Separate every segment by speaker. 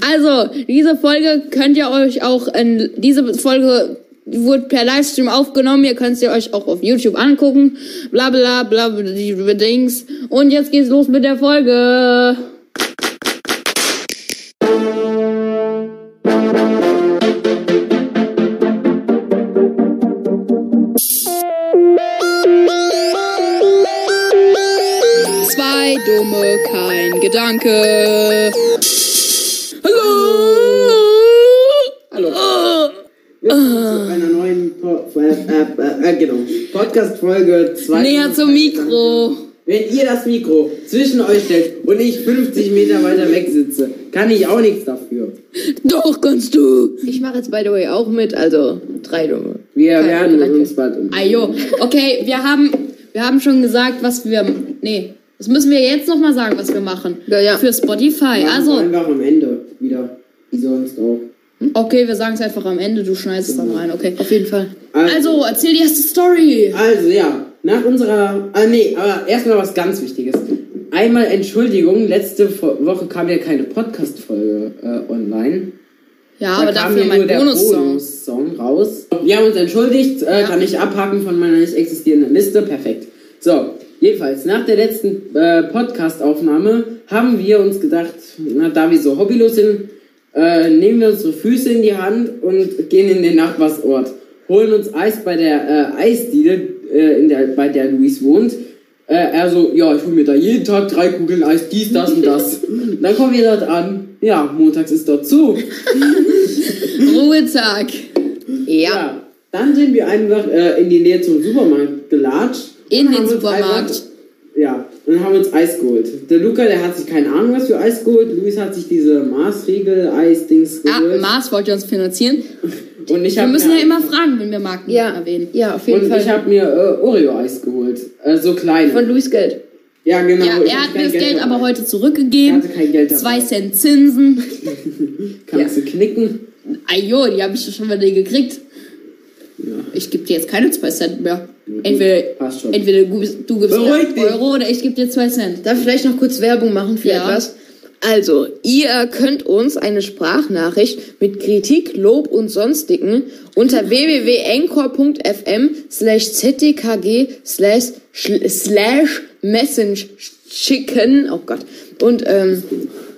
Speaker 1: Also, diese Folge könnt ihr euch auch in, diese Folge wurde per Livestream aufgenommen, ihr könnt sie euch auch auf YouTube angucken, bla bla bla, bla die Dings. Und jetzt geht's los mit der Folge. Zwei Dumme, kein Gedanke. Hallo!
Speaker 2: Hallo.
Speaker 1: Ah,
Speaker 2: Willkommen zu einer neuen po äh, äh, äh, genau. Podcast-Folge 2.
Speaker 1: Näher zum Mikro.
Speaker 2: Wenn ihr das Mikro zwischen euch stellt und ich 50 Meter weiter weg sitze, kann ich auch nichts dafür.
Speaker 1: Doch, kannst du! Ich mache jetzt by the way auch mit, also drei Dumme.
Speaker 2: Wir
Speaker 1: Kein
Speaker 2: werden
Speaker 1: Gedanke.
Speaker 2: uns bald um.
Speaker 1: Ajo, okay, wir haben, wir haben schon gesagt, was wir. Nee, das müssen wir jetzt nochmal sagen, was wir machen.
Speaker 3: Ja, ja.
Speaker 1: Für Spotify.
Speaker 2: Machen wir
Speaker 1: Also,
Speaker 2: Einfach am Ende wieder. Wie sonst auch.
Speaker 1: okay, wir sagen es einfach am Ende, du schneidest es dann rein, okay.
Speaker 3: Auf jeden Fall.
Speaker 1: Also, erzähl die erste Story.
Speaker 2: Also ja, nach unserer. Ah nee, aber erstmal was ganz Wichtiges. Einmal Entschuldigung, letzte Fo- Woche kam ja keine Podcast-Folge äh, online.
Speaker 1: Ja, aber
Speaker 2: da kam
Speaker 1: dafür
Speaker 2: ja
Speaker 1: mein
Speaker 2: nur der
Speaker 1: Bonus-Song.
Speaker 2: Bonussong raus. Wir haben uns entschuldigt, äh,
Speaker 1: Ja.
Speaker 2: kann ich abhaken von meiner nicht existierenden Liste. Perfekt. So, jedenfalls, nach der letzten äh, Podcast-Aufnahme haben wir uns gedacht, na, da wir so hobbylos sind, äh, nehmen wir unsere Füße in die Hand und gehen in den Nachbarsort. Holen uns Eis bei der äh, Eisdiele, äh, in der, bei der Luis wohnt. Äh, er so, ja, ich hol mir da jeden Tag drei Kugeln Eis, dies, das und das. Dann kommen wir dort an. Ja, montags ist dort zu.
Speaker 1: Ruhetag.
Speaker 3: Ja.
Speaker 2: Ja, dann sind wir einfach äh, in die Nähe zum Supermarkt gelatscht.
Speaker 1: In
Speaker 2: und
Speaker 1: den
Speaker 2: haben uns
Speaker 1: Supermarkt.
Speaker 2: Einfach, ja, und haben uns Eis geholt. Der Luca, der hat sich keine Ahnung, was für Eis geholt. Luis hat sich diese Maßregel-Eis-Dings
Speaker 1: Ah,
Speaker 2: geholt.
Speaker 1: Mars wollte uns finanzieren.
Speaker 2: und ich
Speaker 1: Wir
Speaker 2: hab
Speaker 1: müssen
Speaker 2: mir-
Speaker 1: ja immer fragen, wenn wir Marken
Speaker 3: Ja,
Speaker 1: erwähnen.
Speaker 3: ja auf jeden
Speaker 2: Und ich
Speaker 3: Fall.
Speaker 2: habe mir äh, Oreo-Eis geholt. Äh, so klein.
Speaker 3: Von Luis Geld.
Speaker 2: ja, genau.
Speaker 1: Ja,
Speaker 2: ich
Speaker 1: er
Speaker 2: hab
Speaker 1: hat
Speaker 2: kein
Speaker 1: mir das Geld
Speaker 2: dabei.
Speaker 1: aber heute
Speaker 2: Er
Speaker 1: zurückgegeben.
Speaker 2: hatte kein Geld dabei.
Speaker 1: Zwei Cent Zinsen.
Speaker 2: Kannst du knicken?
Speaker 1: Ajo, die habe ich schon wieder gekriegt. Ich gebe dir jetzt keine 2 Cent mehr. Entweder,
Speaker 2: passt schon.
Speaker 1: entweder du gibst du gibst mir
Speaker 2: Beruhig dich.
Speaker 1: Euro oder ich gebe dir 2 Cent.
Speaker 3: Darf ich vielleicht noch kurz Werbung machen für
Speaker 1: Ja.
Speaker 3: etwas? Also, ihr könnt uns eine Sprachnachricht mit Kritik, Lob und sonstigen unter www.encore.fm slash ztkg slash schl- slash message schicken. Oh Gott. Und ähm,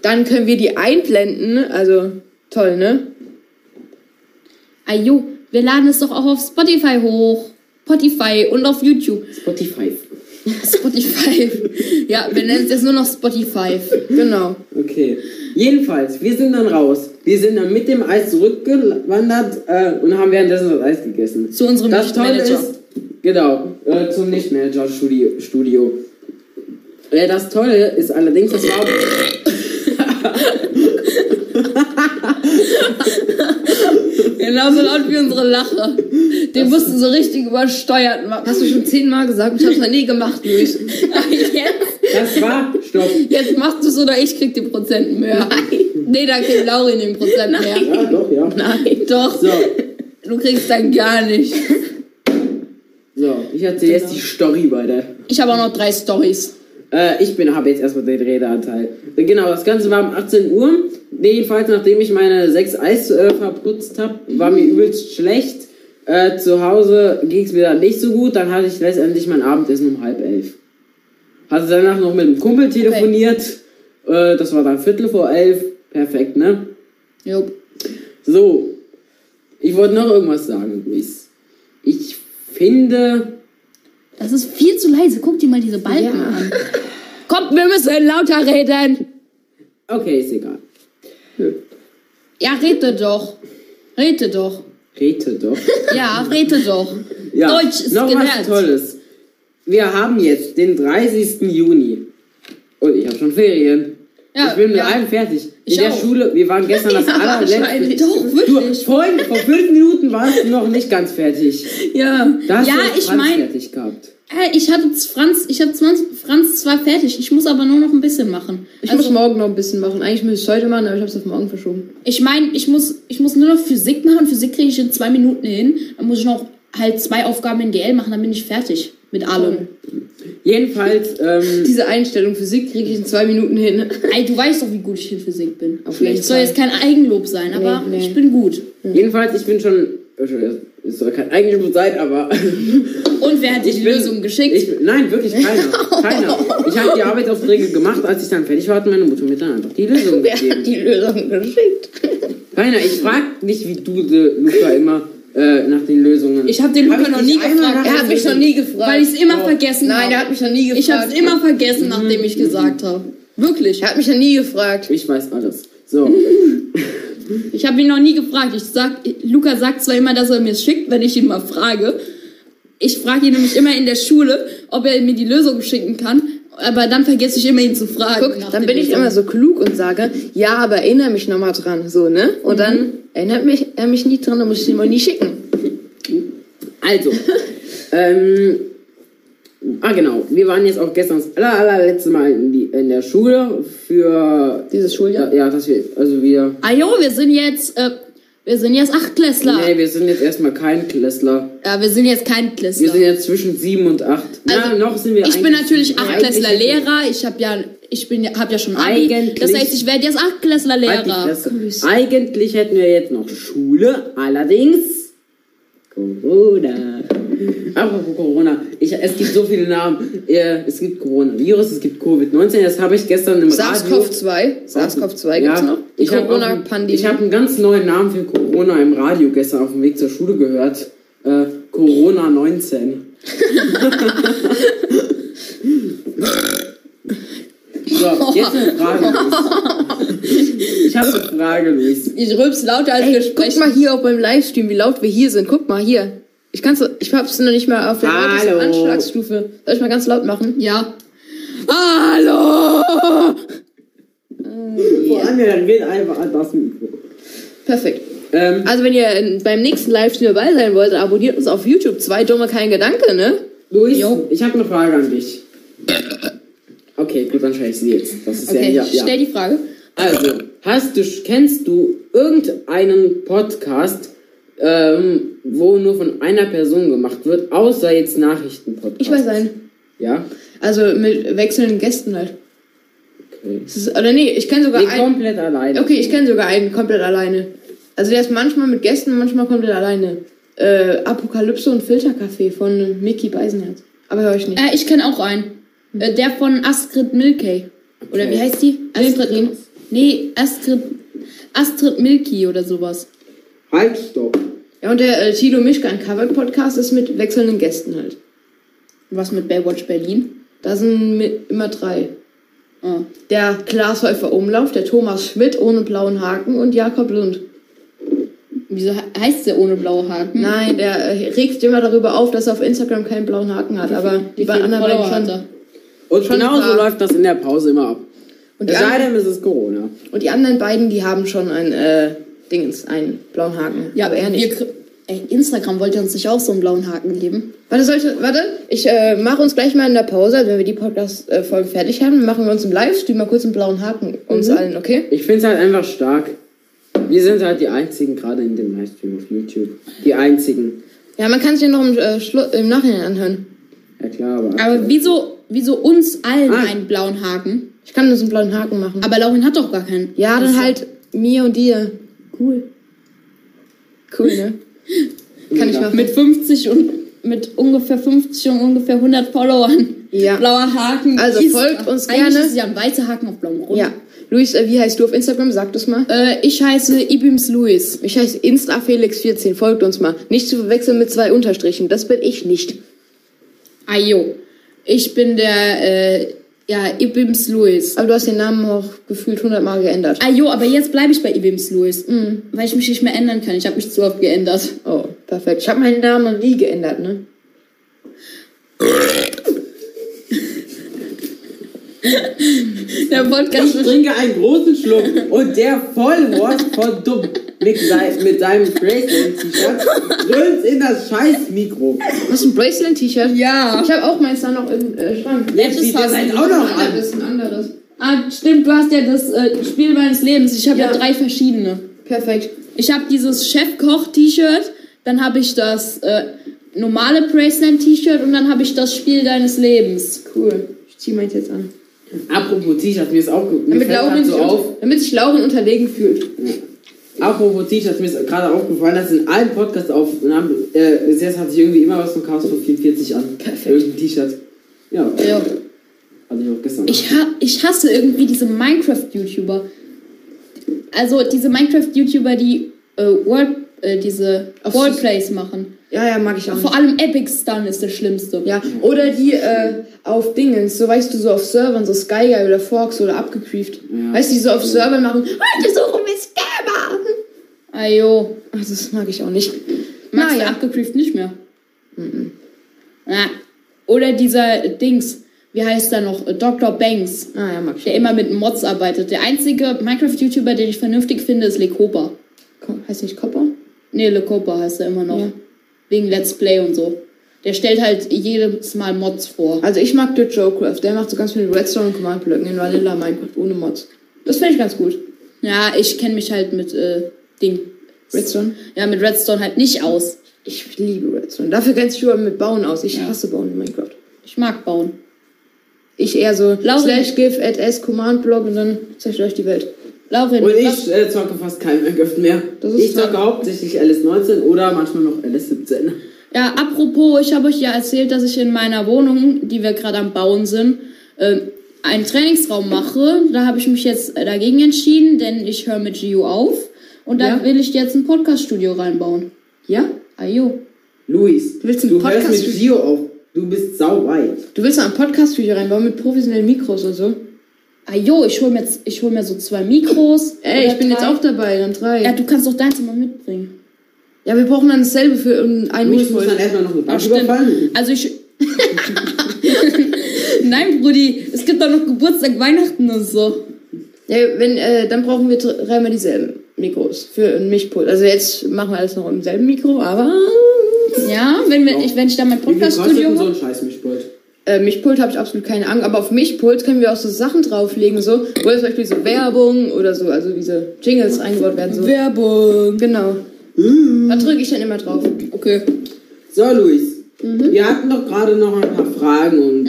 Speaker 3: dann können wir die einblenden. Also, toll, ne?
Speaker 1: Ajo, wir laden es doch auch auf Spotify hoch. Spotify und auf YouTube.
Speaker 2: Spotify.
Speaker 1: Spotify. ja, wir nennen es jetzt nur noch Spotify.
Speaker 3: Genau.
Speaker 2: Okay. Jedenfalls, wir sind dann raus. Wir sind dann mit dem Eis zurückgewandert äh, und haben währenddessen das Eis gegessen.
Speaker 1: Zu unserem
Speaker 2: das Tolle
Speaker 1: Nichtmanager.
Speaker 2: ist, genau, äh, zum Nicht-Manager-Studio. Studio. Äh, das Tolle ist allerdings, das war...
Speaker 1: Genauso laut wie unsere Lache. Den mussten so richtig übersteuert machen.
Speaker 3: Hast du schon zehnmal gesagt? Ich hab's noch nie gemacht, Luis.
Speaker 1: jetzt,
Speaker 2: Das war... Stopp.
Speaker 1: jetzt machst du es oder ich krieg die Prozenten mehr. Nee, da kriegt Laurin den Prozent mehr.
Speaker 2: Ja, doch, ja.
Speaker 1: Nein, doch.
Speaker 2: So,
Speaker 1: Du kriegst dann gar nicht.
Speaker 2: so. Ich erzähle jetzt die Story weiter.
Speaker 1: Ich habe auch noch drei Stories.
Speaker 2: Äh, ich bin, habe jetzt erstmal den Redeanteil. Äh, Genau, das Ganze war um 18 Uhr. Jedenfalls, nachdem ich meine sechs Eis äh, verputzt habe, war mir übelst schlecht. Äh, zu Hause ging es mir dann nicht so gut. Dann hatte ich letztendlich mein Abendessen um halb elf. Hatte danach noch mit einem Kumpel telefoniert. Äh, das war dann Viertel vor elf. Perfekt, ne?
Speaker 1: Jupp.
Speaker 2: So. Ich wollte noch irgendwas sagen, Luis. Ich finde,
Speaker 1: Das ist viel zu leise. Guck dir mal diese Balken
Speaker 3: Ja.
Speaker 1: an. Komm, wir müssen lauter reden.
Speaker 2: okay, ist egal.
Speaker 1: Ja, rede doch. Rede doch.
Speaker 2: Rete doch.
Speaker 1: Ja, rede doch.
Speaker 2: Ja,
Speaker 1: Deutsch ist
Speaker 2: noch
Speaker 1: gelernt.
Speaker 2: was Tolles. Wir haben jetzt den 30. Juni. Und ich habe schon Ferien.
Speaker 1: Ja,
Speaker 2: ich bin mit
Speaker 1: ja.
Speaker 2: allem fertig. In
Speaker 1: Ich
Speaker 2: der
Speaker 1: auch.
Speaker 2: Schule, wir waren gestern das
Speaker 3: Ja,
Speaker 2: allerletzte.
Speaker 3: wahrscheinlich.
Speaker 1: Doch,
Speaker 2: Du,
Speaker 1: wirklich.
Speaker 2: vorhin, vor fünf Minuten warst du noch nicht ganz fertig.
Speaker 3: Ja.
Speaker 2: Da hast
Speaker 1: Ja,
Speaker 2: du erst
Speaker 1: ich
Speaker 2: Franz
Speaker 1: mein-
Speaker 2: fertig gehabt.
Speaker 1: Hey, ich hatte z- Franz, ich habe Franz zwar fertig, ich muss aber nur noch ein bisschen machen.
Speaker 3: Ich
Speaker 1: also,
Speaker 3: muss morgen noch ein bisschen machen. Eigentlich müsste ich es heute machen, aber ich hab's auf morgen verschoben.
Speaker 1: ich meine, ich muss, ich muss nur noch Physik machen. Physik kriege ich in zwei Minuten hin. Dann muss ich noch halt zwei Aufgaben in GL machen, dann bin ich fertig mit allem.
Speaker 2: Jedenfalls, ähm,
Speaker 3: Diese Einstellung Physik kriege ich in zwei Minuten hin.
Speaker 4: Ey, du weißt doch, wie gut ich in Physik bin.
Speaker 3: Auf jeden
Speaker 4: Vielleicht soll
Speaker 3: Fall.
Speaker 4: jetzt kein Eigenlob sein, aber
Speaker 3: Nee, nee.
Speaker 4: ich bin gut.
Speaker 2: jedenfalls, ich bin schon. Es soll kein eigentlich gut sein, aber.
Speaker 4: Und wer hat dir die
Speaker 2: bin-
Speaker 4: Lösung geschickt?
Speaker 2: Ich, nein, wirklich keiner. keiner. Ich habe die Arbeitsaufträge gemacht, als ich dann fertig war, hat meine Mutter mir dann einfach die Lösung
Speaker 3: Wer hat
Speaker 2: gegeben.
Speaker 3: die Lösung geschickt?
Speaker 2: Keiner, ich frag nicht, wie du, äh, Luca, immer äh, nach den Lösungen.
Speaker 4: Ich hab den
Speaker 2: Hab
Speaker 4: Luca
Speaker 2: ich
Speaker 4: noch
Speaker 2: dich
Speaker 4: nie
Speaker 2: einmal
Speaker 4: gefragt.
Speaker 2: nach-
Speaker 4: Er hat mich noch nie gefragt. Weil ich es immer vergessen habe.
Speaker 3: Nein, er hat mich noch nie gefragt. Mhm.
Speaker 4: Ich habe es immer vergessen, nachdem ich gesagt habe. Wirklich.
Speaker 3: Er hat mich noch nie gefragt.
Speaker 2: Ich weiß alles. So.
Speaker 4: Ich habe ihn noch nie gefragt. Ich sag, Luca sagt zwar immer, dass er mir schickt, wenn ich ihn mal frage. Ich frage ihn nämlich immer in der Schule, ob er mir die Lösung schicken kann. Aber dann vergesse ich immer, ihn zu fragen.
Speaker 3: Guck,
Speaker 4: nach
Speaker 3: dann
Speaker 4: den
Speaker 3: bin ich
Speaker 4: Lösungen.
Speaker 3: immer so klug und sage, ja, aber erinnere mich nochmal dran. So, ne? Und dann erinnert mich, er mich nie dran, dann muss ich ihn mal nie schicken.
Speaker 2: Also, ähm, ah genau, wir waren jetzt auch gestern das aller, allerletzte Mal in, die, in der Schule für
Speaker 3: Dieses
Speaker 2: ja,
Speaker 3: Schuljahr.
Speaker 2: ja, dass wir also wir
Speaker 4: Ah jo, wir sind jetzt, äh, wir sind jetzt Achtklässler.
Speaker 2: nee, wir sind jetzt erstmal kein Klässler.
Speaker 4: Ja, wir sind jetzt kein
Speaker 2: Wir
Speaker 4: Klässler.
Speaker 2: sind jetzt zwischen sieben und acht. Na, noch sind wir
Speaker 4: Also, ich bin
Speaker 2: eigentlich-
Speaker 4: natürlich Achtklässler
Speaker 2: eigentlich-
Speaker 4: Lehrer. Ich habe ja, ich bin, ja- hab ja schon Abi.
Speaker 2: Eigentlich-
Speaker 4: Das heißt, ich werde jetzt Achtklässler
Speaker 2: Halt die
Speaker 4: Lehrer.
Speaker 2: Fresse. Eigentlich hätten wir jetzt noch Schule, allerdings Corona. Apropos Corona, ich, es gibt so viele Namen. Äh, Es gibt Coronavirus, es gibt Covid-19, das habe ich gestern im Radio...
Speaker 3: SARS-CoV-2. SARS-CoV-2 gibt's noch? Die
Speaker 2: Ich habe
Speaker 3: Corona-Pandemie.
Speaker 2: hab einen ganz neuen Namen für Corona im Radio gestern auf dem Weg zur Schule gehört. Äh, Corona 19. so, jetzt eine Frage, Luis. Ich habe eine Frage, Luis.
Speaker 4: Ich rülps lauter als wir
Speaker 3: Ey, guck
Speaker 4: sprechen.
Speaker 3: mal hier auch beim Livestream, wie laut wir hier sind. Guck mal hier. Ich kann's, ich hab's noch nicht mal auf der
Speaker 2: Hallo.
Speaker 3: lauteste Anschlagsstufe. Soll ich mal ganz laut machen?
Speaker 4: Ja. Hallo!
Speaker 2: Vor allem, dann geht einfach an das Mikro.
Speaker 3: Perfekt.
Speaker 2: Ähm,
Speaker 3: Also wenn ihr in, beim nächsten Livestream dabei sein wollt, abonniert uns auf YouTube. Zwei dumme, kein Gedanke, ne?
Speaker 2: Luis, ich habe eine Frage an dich. Okay, gut, dann stelle ich sie jetzt. Das ist
Speaker 4: Okay,
Speaker 2: ja, ja, ja.
Speaker 4: stell die Frage.
Speaker 2: Also, hast du, kennst du irgendeinen Podcast, ähm, wo nur von einer Person gemacht wird, außer jetzt Nachrichtenpodcast?
Speaker 3: Ich weiß einen.
Speaker 2: Ja?
Speaker 3: Also mit wechselnden Gästen halt.
Speaker 2: Okay.
Speaker 3: Das ist, oder nee, ich kenne sogar
Speaker 2: Nee,
Speaker 3: einen.
Speaker 2: komplett alleine.
Speaker 3: Okay, ich kenne sogar einen komplett alleine. Also der ist manchmal mit Gästen, manchmal komplett alleine. Äh, Apokalypse und Filterkaffee von Mickey Beisenherz. Aber höre ich nicht.
Speaker 4: Äh, ich kenne auch einen. Äh, der von Astrid Milkey. Oder wie
Speaker 2: Okay.
Speaker 4: heißt die?
Speaker 3: Milgren.
Speaker 4: Nee, Astrid. Astrid Milky oder sowas.
Speaker 2: Halt, stopp.
Speaker 3: Ja, und der äh, Tilo Mischka Uncovered Podcast ist mit wechselnden Gästen halt.
Speaker 4: Was mit Baywatch Berlin?
Speaker 3: Da sind mi- immer drei.
Speaker 4: Ah.
Speaker 3: Der Klaas Häufer Umlauf, der Thomas Schmidt ohne blauen Haken und Jakob Lund.
Speaker 4: Wieso he- heißt der ohne blaue Haken?
Speaker 3: Nein, der äh, regt immer darüber auf, dass er auf Instagram keinen blauen Haken hat, aber die beiden anderen
Speaker 4: Follower
Speaker 3: beiden
Speaker 4: hat
Speaker 3: schon.
Speaker 4: er?
Speaker 2: Und genau so
Speaker 3: klar.
Speaker 2: läuft das in der Pause immer ab.
Speaker 3: Und die,
Speaker 2: Es sei
Speaker 3: anderen,
Speaker 2: denn, es ist Corona.
Speaker 3: und die anderen beiden, die haben schon ein äh, Dingens, einen blauen Haken.
Speaker 4: Ja,
Speaker 3: aber er nicht.
Speaker 4: wir kr- Ey, Instagram wollte uns nicht auch so einen blauen Haken geben.
Speaker 3: Warte, soll ich, warte, ich äh, mache uns gleich mal in der Pause, wenn wir die Podcast-Folge fertig haben, machen wir uns im Livestream mal kurz einen blauen Haken uns
Speaker 4: Mhm.
Speaker 3: allen, okay?
Speaker 2: Ich finde es halt einfach stark. Wir sind halt die Einzigen, gerade in dem Livestream auf YouTube. Die Einzigen.
Speaker 3: Ja, man kann sich den noch im, äh, Schlu- im Nachhinein anhören.
Speaker 2: Ja klar, aber...
Speaker 4: Aber wieso, wieso uns allen
Speaker 2: Ah.
Speaker 4: einen blauen Haken?
Speaker 3: Ich kann uns einen blauen Haken machen.
Speaker 4: Aber Laurin hat doch gar keinen.
Speaker 3: ja, dann
Speaker 4: Also,
Speaker 3: halt mir und dir. Cool. Cool, ne? kann ich machen.
Speaker 4: Mit 50 und mit ungefähr 50 und ungefähr 100 Followern.
Speaker 3: Ja.
Speaker 4: Blauer Haken.
Speaker 3: Also
Speaker 4: ist-
Speaker 3: folgt uns
Speaker 4: Eigentlich
Speaker 3: gerne.
Speaker 4: ist es ja ein weißer Haken auf blauem Grund.
Speaker 3: Ja. Luis, äh, wie heißt du auf Instagram? Sag das mal.
Speaker 4: Äh, ich heiße Ibims Luis.
Speaker 3: Ich heiße InstaFelix14, folgt uns mal. Nicht zu verwechseln mit zwei Unterstrichen, das bin ich nicht.
Speaker 4: Ayo. Ich bin der, äh, ja, Ibims Luis.
Speaker 3: Aber du hast den Namen auch gefühlt hundertmal geändert.
Speaker 4: Ayo, aber jetzt bleibe ich bei Ibims Luis. Mm, Weil ich mich nicht mehr ändern kann. Ich habe mich zu oft geändert.
Speaker 3: Oh, perfekt. Ich habe meinen Namen noch nie geändert, ne?
Speaker 4: Der Podcast
Speaker 2: Ich trinke einen großen Schluck und der Vollwort von dumm mit, sein, mit seinem Bracelet-T-Shirt brüllt in das Scheiß-Mikro.
Speaker 3: Hast du ein Bracelet-T-Shirt?
Speaker 4: Ja.
Speaker 3: Ich habe auch meins da noch im äh, Schrank.
Speaker 2: Jetzt sieht das halt auch noch
Speaker 3: Das
Speaker 2: an.
Speaker 3: ist ein anderes.
Speaker 4: Ah, stimmt, du hast ja das äh, Spiel meines Lebens. Ich habe ja.
Speaker 3: Ja.
Speaker 4: drei verschiedene.
Speaker 3: Perfekt.
Speaker 4: Ich habe dieses Chefkoch-T-Shirt, dann habe ich das, äh, normale Praisland-T-Shirt und dann habe ich das Spiel deines Lebens.
Speaker 3: Cool. Ich zieh meins jetzt an.
Speaker 2: Apropos T-Shirt, mir ist auch ge- mir
Speaker 3: Damit,
Speaker 2: fällt gerade
Speaker 3: Lauren
Speaker 2: so
Speaker 3: sich
Speaker 2: auf.
Speaker 3: unter, damit sich Lauren unterlegen fühlt.
Speaker 2: Apropos T-Shirts, mir ist gerade aufgefallen, dass in allen Podcast-Aufnahmen, äh, bis jetzt hat sich irgendwie immer was von Chaos von 44 an.
Speaker 3: Perfekt.
Speaker 2: Irgendein T-Shirt. Ja,
Speaker 4: Ja.
Speaker 2: hatte ich auch gestern.
Speaker 4: Ich, ha ich hasse irgendwie diese Minecraft-YouTuber. Also diese Minecraft-YouTuber, die äh, Word, äh, diese
Speaker 3: Auf-
Speaker 4: Wordplays machen.
Speaker 3: Ja, ja, mag ich auch.
Speaker 4: Vor allem Epic Stun ist der schlimmste.
Speaker 3: Ja, oder die äh, auf Dingens, so weißt du, so auf Servern, so Skyguy oder Forks oder abgecrieft.
Speaker 2: Ja.
Speaker 3: Weißt du, die so auf Servern machen, heute suchen wir Scammer!
Speaker 4: Ajo.
Speaker 3: Ach, das mag ich auch nicht.
Speaker 4: Magst du
Speaker 3: Naja.
Speaker 4: abgeprüft nicht mehr? Ja. Oder dieser äh, Dings, wie heißt er noch? Äh, Dr. Banks,
Speaker 3: Ah, ja, mag ich.
Speaker 4: der immer mit Mods arbeitet. Der einzige Minecraft-YouTuber, den ich vernünftig finde, ist Lekopa.
Speaker 3: Ko- Heißt nicht Copper?
Speaker 4: Nee, Lekopa heißt er immer noch.
Speaker 3: Ja.
Speaker 4: Wegen Let's Play und so. Der stellt halt jedes Mal Mods vor.
Speaker 3: Also ich mag Dirk Joecraft, der macht so ganz viele Redstone und Command Blöcken in Vanilla Minecraft ohne Mods. Das finde ich ganz gut.
Speaker 4: Ja, ich kenne mich halt mit äh, Ding.
Speaker 3: Redstone?
Speaker 4: Ja, mit Redstone halt nicht aus.
Speaker 3: Ich liebe Redstone. Dafür kennst du dich überhaupt mit Bauen aus. Ich hasse Bauen in Minecraft.
Speaker 4: Ich mag bauen.
Speaker 3: Ich eher so
Speaker 4: Laurin-
Speaker 3: slash gif at s command blog und dann zerstöre ich die Welt.
Speaker 4: Laurin,
Speaker 2: Und
Speaker 4: was-
Speaker 2: ich äh, zocke fast kein Minecraft mehr.
Speaker 3: Das ist
Speaker 2: Ich zocke
Speaker 3: toll.
Speaker 2: hauptsächlich LS19 oder manchmal noch LS17.
Speaker 4: Ja, apropos, ich habe euch ja erzählt, dass ich in meiner Wohnung, die wir gerade am Bauen sind, ähm, einen Trainingsraum mache. Da habe ich mich jetzt äh, dagegen entschieden, denn ich höre mit Gio auf. Und da
Speaker 3: Ja.
Speaker 4: will ich jetzt ein Podcast-Studio reinbauen.
Speaker 3: Ja?
Speaker 4: Ajo.
Speaker 2: Luis,
Speaker 3: willst einen
Speaker 2: du hörst
Speaker 3: Podcast
Speaker 2: mit
Speaker 3: durch-
Speaker 2: Gio auf. Du bist sauweit.
Speaker 3: Du willst noch einen Podcast-Video reinbauen mit professionellen Mikros oder so?
Speaker 4: Ajo, ich hole mir, jetzt- ich hol mir so zwei Mikros.
Speaker 3: Ey,
Speaker 4: oder
Speaker 3: ich bin
Speaker 4: drei.
Speaker 3: jetzt auch dabei, dann drei.
Speaker 4: Ja, du kannst doch deins mal mitbringen.
Speaker 3: Ja, wir brauchen dann dasselbe für um, ein
Speaker 2: Luis muss dann
Speaker 3: Mikrofon.
Speaker 2: erstmal noch eine Bank
Speaker 4: stimmt.
Speaker 2: überfallen.
Speaker 4: Also ich. Nein, Brudi, es gibt doch noch Geburtstag, Weihnachten und so.
Speaker 3: Ja, wenn, äh, dann brauchen wir dr- dreimal dieselben Mikros für ein Mischpult. Also jetzt machen wir alles noch im selben Mikro, aber...
Speaker 4: Ja, wenn, wir,
Speaker 2: Ja.
Speaker 4: ich, wenn ich dann mein
Speaker 2: Wie viel kostet
Speaker 4: Podcast-Studio
Speaker 2: denn
Speaker 4: hab-
Speaker 2: so ein scheiß Mischpult?
Speaker 3: Äh, Mischpult habe ich absolut keine Ahnung, aber auf Mischpult können wir auch so Sachen drauflegen, so, wo zum Beispiel so Werbung oder so, also diese Jingles eingebaut werden. So.
Speaker 4: Werbung.
Speaker 3: Genau. Da drücke ich dann immer drauf.
Speaker 4: Okay.
Speaker 2: So, Luis. Wir hatten doch gerade noch ein paar Fragen und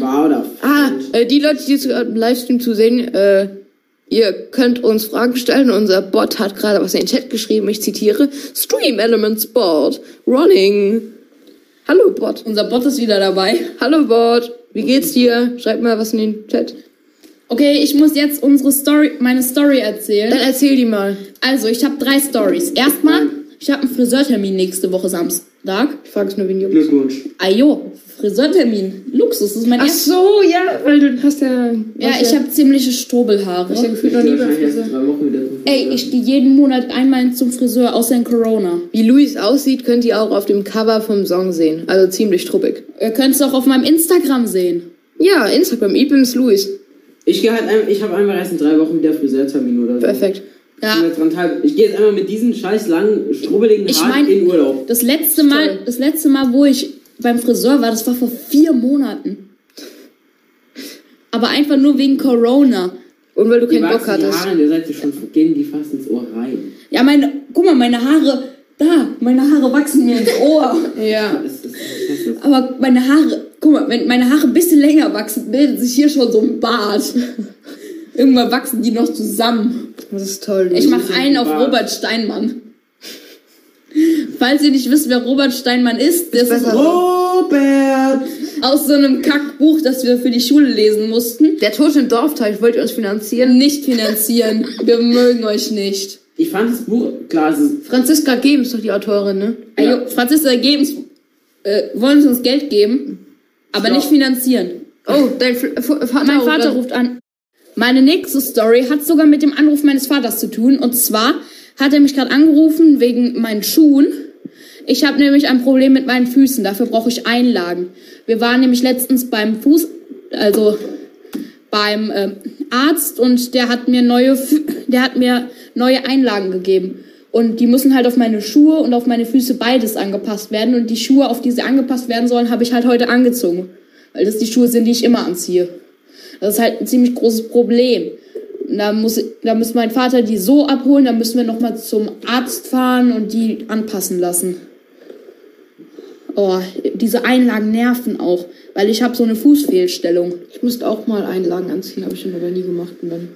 Speaker 2: war oder
Speaker 3: Ah,
Speaker 2: falsch.
Speaker 3: äh, die Leute, die jetzt gerade im Livestream zusehen, äh, ihr könnt uns Fragen stellen. Unser Bot hat gerade was in den Chat geschrieben. Ich zitiere: Stream Elements Bot, running. Hallo Bot,
Speaker 4: Unser Bot ist wieder dabei.
Speaker 3: hallo Bot, wie geht's dir? Schreib mal was in den Chat.
Speaker 4: Okay, ich muss jetzt unsere Story, meine Story
Speaker 3: Dann
Speaker 4: erzählen.
Speaker 3: erzähl die mal.
Speaker 4: Also, ich habe drei Stories. Erstmal, ich habe einen Friseurtermin nächste Woche Samstag.
Speaker 3: Ich frage es nur wegen Jungs.
Speaker 2: Glückwunsch.
Speaker 4: Ajo, Friseurtermin. Luxus, das ist mein
Speaker 3: Ach
Speaker 4: erster.
Speaker 3: so, ja, weil du hast ja.
Speaker 4: Ja, ich habe ziemliche Strobelhaare.
Speaker 3: Ich gefühlt noch
Speaker 2: Ich
Speaker 3: nie
Speaker 2: geh
Speaker 3: beim
Speaker 2: wahrscheinlich erst
Speaker 3: Friseur.
Speaker 2: in drei Wochen wieder zum
Speaker 4: Ey,
Speaker 2: Friseur.
Speaker 4: ich gehe jeden Monat einmal zum Friseur, außer in Corona.
Speaker 3: Wie Luis aussieht, könnt ihr auch auf dem Cover vom Song sehen. Also ziemlich truppig.
Speaker 4: Ihr könnt es auch auf meinem Instagram sehen.
Speaker 3: Ja, Instagram, Ibims Luis.
Speaker 2: Ich, geh halt ein, ich habe einfach erst in drei Wochen wieder Friseurtermin oder so.
Speaker 3: Perfekt.
Speaker 2: Ich bin
Speaker 4: Ja,
Speaker 2: jetzt dran teil- Ich gehe jetzt einmal mit diesen scheiß langen, strubbeligen
Speaker 4: Ich
Speaker 2: Haaren
Speaker 4: mein-
Speaker 2: in Urlaub.
Speaker 4: das letzte Mal, das letzte Mal, wo ich beim Friseur war, das war vor vier Monaten. Aber einfach nur wegen Corona.
Speaker 3: Und weil du
Speaker 2: Die
Speaker 3: keinen Bock
Speaker 2: wachsen die
Speaker 3: hattest.
Speaker 2: Haare an der Seite schon, gehen die fast ins Ohr rein.
Speaker 4: Ja, meine, guck mal, meine Haare, da, meine Haare wachsen mir ins Ohr.
Speaker 3: Ja.
Speaker 2: Das ist, das ist,
Speaker 4: Aber meine Haare, guck mal, wenn meine Haare ein bisschen länger wachsen, bildet sich hier schon so ein Bart. Irgendwann wachsen die noch zusammen.
Speaker 3: Das ist toll. Luis.
Speaker 4: Ich mache einen auf
Speaker 2: Bart.
Speaker 4: Robert Steinmann. Falls ihr nicht wisst, wer Robert Steinmann ist, das ist
Speaker 3: besser.
Speaker 2: Robert!
Speaker 4: aus so einem Kackbuch, das wir für die Schule lesen mussten.
Speaker 3: Der Tod im Dorfteich wollte uns finanzieren.
Speaker 4: Nicht finanzieren. Wir mögen euch nicht.
Speaker 2: Ich fand das Buch, klar, es ist,
Speaker 3: Franziska Geben ist doch die Autorin, ne?
Speaker 4: Ey,
Speaker 2: Ja.
Speaker 4: jo, Franziska, geben's, äh, wollen sie uns Geld geben, aber
Speaker 2: Ja.
Speaker 4: nicht finanzieren.
Speaker 3: Oh, dein F F Vater.
Speaker 4: Mein Vater ruft an. Meine nächste Story hat sogar mit dem Anruf meines Vaters zu tun. Und zwar hat er mich gerade angerufen wegen meinen Schuhen. Ich habe nämlich ein Problem mit meinen Füßen. Dafür brauche ich Einlagen. Wir waren nämlich letztens beim Fuß, also beim ähm, Arzt und der hat mir neue, Fü- der hat mir neue Einlagen gegeben. Und die müssen halt auf meine Schuhe und auf meine Füße beides angepasst werden. Und die Schuhe, auf die sie angepasst werden sollen, habe ich halt heute angezogen. Weil das die Schuhe sind, die ich immer anziehe. Das ist halt ein ziemlich großes Problem. Und Da muss, da muss mein Vater die so abholen, dann müssen wir nochmal zum Arzt fahren und die anpassen lassen. Oh, diese Einlagen nerven auch, weil ich habe so eine Fußfehlstellung.
Speaker 3: Ich müsste auch mal Einlagen anziehen, habe ich schon aber nie gemacht. Und dann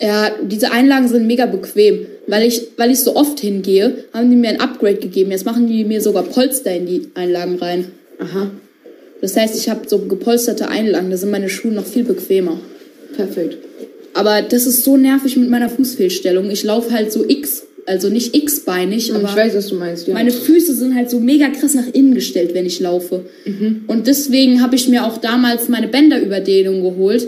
Speaker 4: Ja, diese Einlagen sind mega bequem. Weil ich, weil ich so oft hingehe, haben die mir ein Upgrade gegeben. Jetzt machen die mir sogar Polster in die Einlagen rein.
Speaker 3: Aha,
Speaker 4: Das heißt, ich habe so gepolsterte Einlagen. Da sind meine Schuhe noch viel bequemer.
Speaker 3: perfekt.
Speaker 4: Aber das ist so nervig mit meiner Fußfehlstellung. Ich laufe halt so X, also nicht X-beinig, aber
Speaker 3: ich weiß, was du meinst, ja.
Speaker 4: meine Füße sind halt so mega krass nach innen gestellt, wenn ich laufe.
Speaker 2: Mhm.
Speaker 4: Und deswegen habe ich mir auch damals meine Bänderüberdehnung geholt.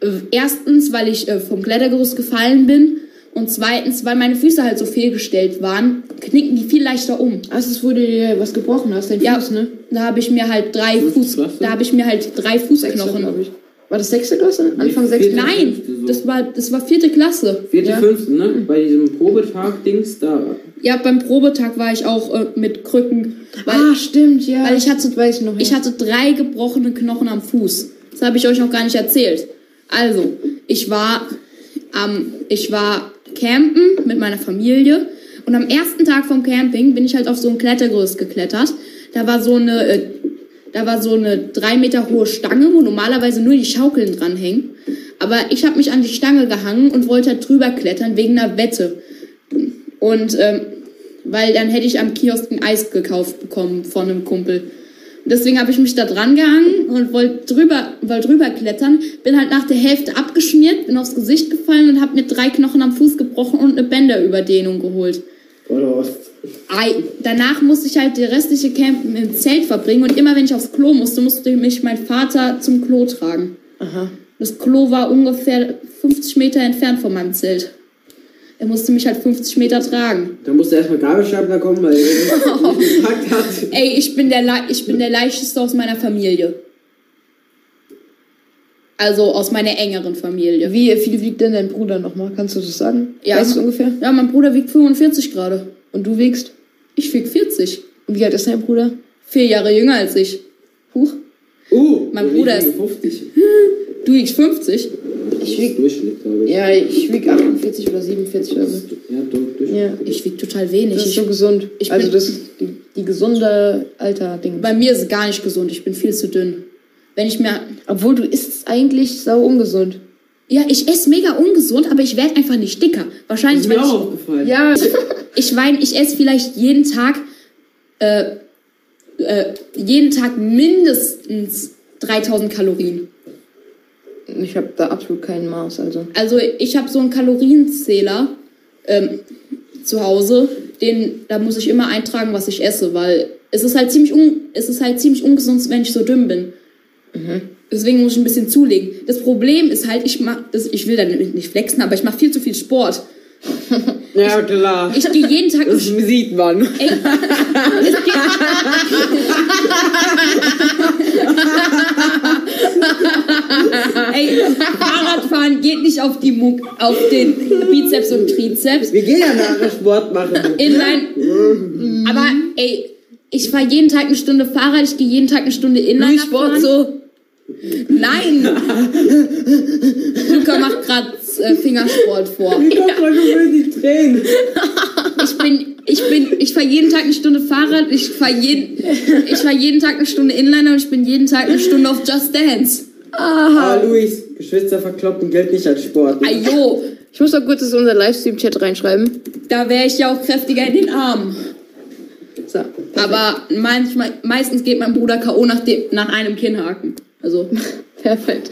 Speaker 4: Äh, Erstens, weil ich äh, vom Klettergerüst gefallen bin. Und zweitens, weil meine Füße halt so fehlgestellt waren, knicken die viel leichter um.
Speaker 3: Ach, Ah, es wurde dir was gebrochen, hast dein
Speaker 4: Ja,
Speaker 3: Fuß, ne?
Speaker 4: da habe ich mir halt drei
Speaker 2: Fünfte
Speaker 4: Fuß,
Speaker 2: Klasse?
Speaker 4: da habe ich mir halt drei Fußknochen.
Speaker 3: glaub ich. War das sechste Klasse? Anfang sechste?
Speaker 2: vierte. Fünfte
Speaker 4: Nein,
Speaker 2: so.
Speaker 4: das war das war vierte Klasse.
Speaker 2: Vierte,
Speaker 3: Ja. Mhm.
Speaker 2: fünfte, ne? Bei diesem Probetag-Dings da.
Speaker 4: Ja, beim Probetag war ich auch äh, mit Krücken, weil
Speaker 3: ah, stimmt, ja.
Speaker 4: weil ich hatte-
Speaker 3: das weiß ich noch, ja.
Speaker 4: ich hatte drei gebrochene Knochen am Fuß. Das habe ich euch noch gar nicht erzählt. Also, ich war am ich war campen mit meiner Familie und am ersten Tag vom Camping bin ich halt auf so ein Klettergerüst geklettert. Da war so eine äh, da war so eine drei Meter hohe Stange, wo normalerweise nur die Schaukeln dranhängen. Aber ich habe mich an die Stange gehangen und wollte halt drüber klettern wegen einer Wette. Und ähm, weil dann hätte ich am Kiosk ein Eis gekauft bekommen von einem Kumpel. Und deswegen habe ich mich da dran gehangen und wollte drüber, wollte drüber klettern. Bin halt nach der Hälfte abgeschmiert, bin aufs Gesicht gefallen und habe mir drei Knochen am Fuß gebrochen und eine Bänderüberdehnung geholt.
Speaker 2: Oder was?
Speaker 4: Ei, danach musste ich halt die restliche Campen im Zelt verbringen und immer wenn ich aufs Klo musste, musste mich mein Vater zum Klo tragen.
Speaker 3: Aha.
Speaker 4: Das Klo war ungefähr 50 Meter entfernt von meinem Zelt. Er musste mich halt 50 Meter tragen.
Speaker 2: Da musste erstmal Gabelstapler kommen, weil er nicht gefragt hat.
Speaker 4: Ey, ich bin der, Le ich bin der leichteste aus meiner Familie. Also aus meiner engeren Familie.
Speaker 3: Wie viel wiegt denn dein Bruder nochmal? Kannst du das sagen?
Speaker 4: Ja.
Speaker 3: Weißt du ungefähr?
Speaker 4: Ja, mein Bruder wiegt 45 gerade.
Speaker 3: Und du wiegst?
Speaker 4: Ich wieg 40.
Speaker 3: Und wie alt ist dein Bruder?
Speaker 4: Vier Jahre jünger als ich. Huch.
Speaker 2: Uh,
Speaker 4: Mein
Speaker 2: wir
Speaker 4: Bruder
Speaker 2: liegen
Speaker 4: ist-
Speaker 2: 50.
Speaker 4: Du wiegst 50?
Speaker 2: Ich wieg Durchschnitt, glaube ich.
Speaker 3: Ja, ich wieg 48 oder 47
Speaker 4: also.
Speaker 3: oder so.
Speaker 2: Ja, du, Durchschnitt.
Speaker 3: Ja.
Speaker 4: Ich wieg total wenig.
Speaker 3: Das ist
Speaker 4: Ich,
Speaker 3: so gesund.
Speaker 4: ich
Speaker 3: also
Speaker 4: bin-
Speaker 3: das die, die gesunde Alter-Ding.
Speaker 4: bei mir ist es gar nicht gesund. Ich bin viel zu dünn. Wenn ich mir.
Speaker 3: Obwohl du isst eigentlich sau ungesund.
Speaker 4: Ja, ich esse mega ungesund, aber ich werde einfach nicht dicker. Wahrscheinlich,
Speaker 2: Ist
Speaker 4: weil
Speaker 2: mir
Speaker 4: ich.
Speaker 2: auch aufgefallen.
Speaker 3: Ja,
Speaker 4: Ich meine, ich esse vielleicht jeden Tag, äh, äh, jeden Tag mindestens 3000 Kalorien.
Speaker 3: ich habe da absolut kein Maß. Also
Speaker 4: Also ich habe so einen Kalorienzähler ähm, zu Hause, den da muss ich immer eintragen, was ich esse, weil es ist halt ziemlich un es ist halt ziemlich ungesund, wenn ich so dünn bin. Deswegen muss ich ein bisschen zulegen. Das Problem ist halt, ich mach, das, ich will damit nicht flexen, aber ich mache viel zu viel Sport.
Speaker 2: ja klar.
Speaker 4: Ich gehe jeden Tag
Speaker 2: Das sieht man.
Speaker 4: Ey, Fahrradfahren geht nicht auf die Muck, auf den Bizeps und Trizeps.
Speaker 2: Wir gehen ja nachher Sport machen.
Speaker 4: Inline. Aber ey, ich fahre jeden Tag eine Stunde Fahrrad, ich gehe jeden Tag eine Stunde Inline. Sport so. Nein! Luca macht gerade äh, Fingersport vor.
Speaker 2: Mir kommt voll gewöhnt die Tränen.
Speaker 4: Ich bin, ich bin, ich fahre jeden Tag eine Stunde Fahrrad, ich fahre jeden, ich fahr jeden Tag eine Stunde Inliner und ich bin jeden Tag eine Stunde auf Just Dance.
Speaker 2: Aber Ah, Luis, Geschwister verkloppen gilt nicht als Sport.
Speaker 4: Ayo,
Speaker 3: ich muss doch kurz das in unser Livestream-Chat reinschreiben.
Speaker 4: da wäre ich ja auch kräftiger in den Armen.
Speaker 3: So.
Speaker 4: Aber manchmal, meistens geht mein Bruder K.O. Nach, dem, nach einem Kinnhaken. Also,
Speaker 3: Perfekt.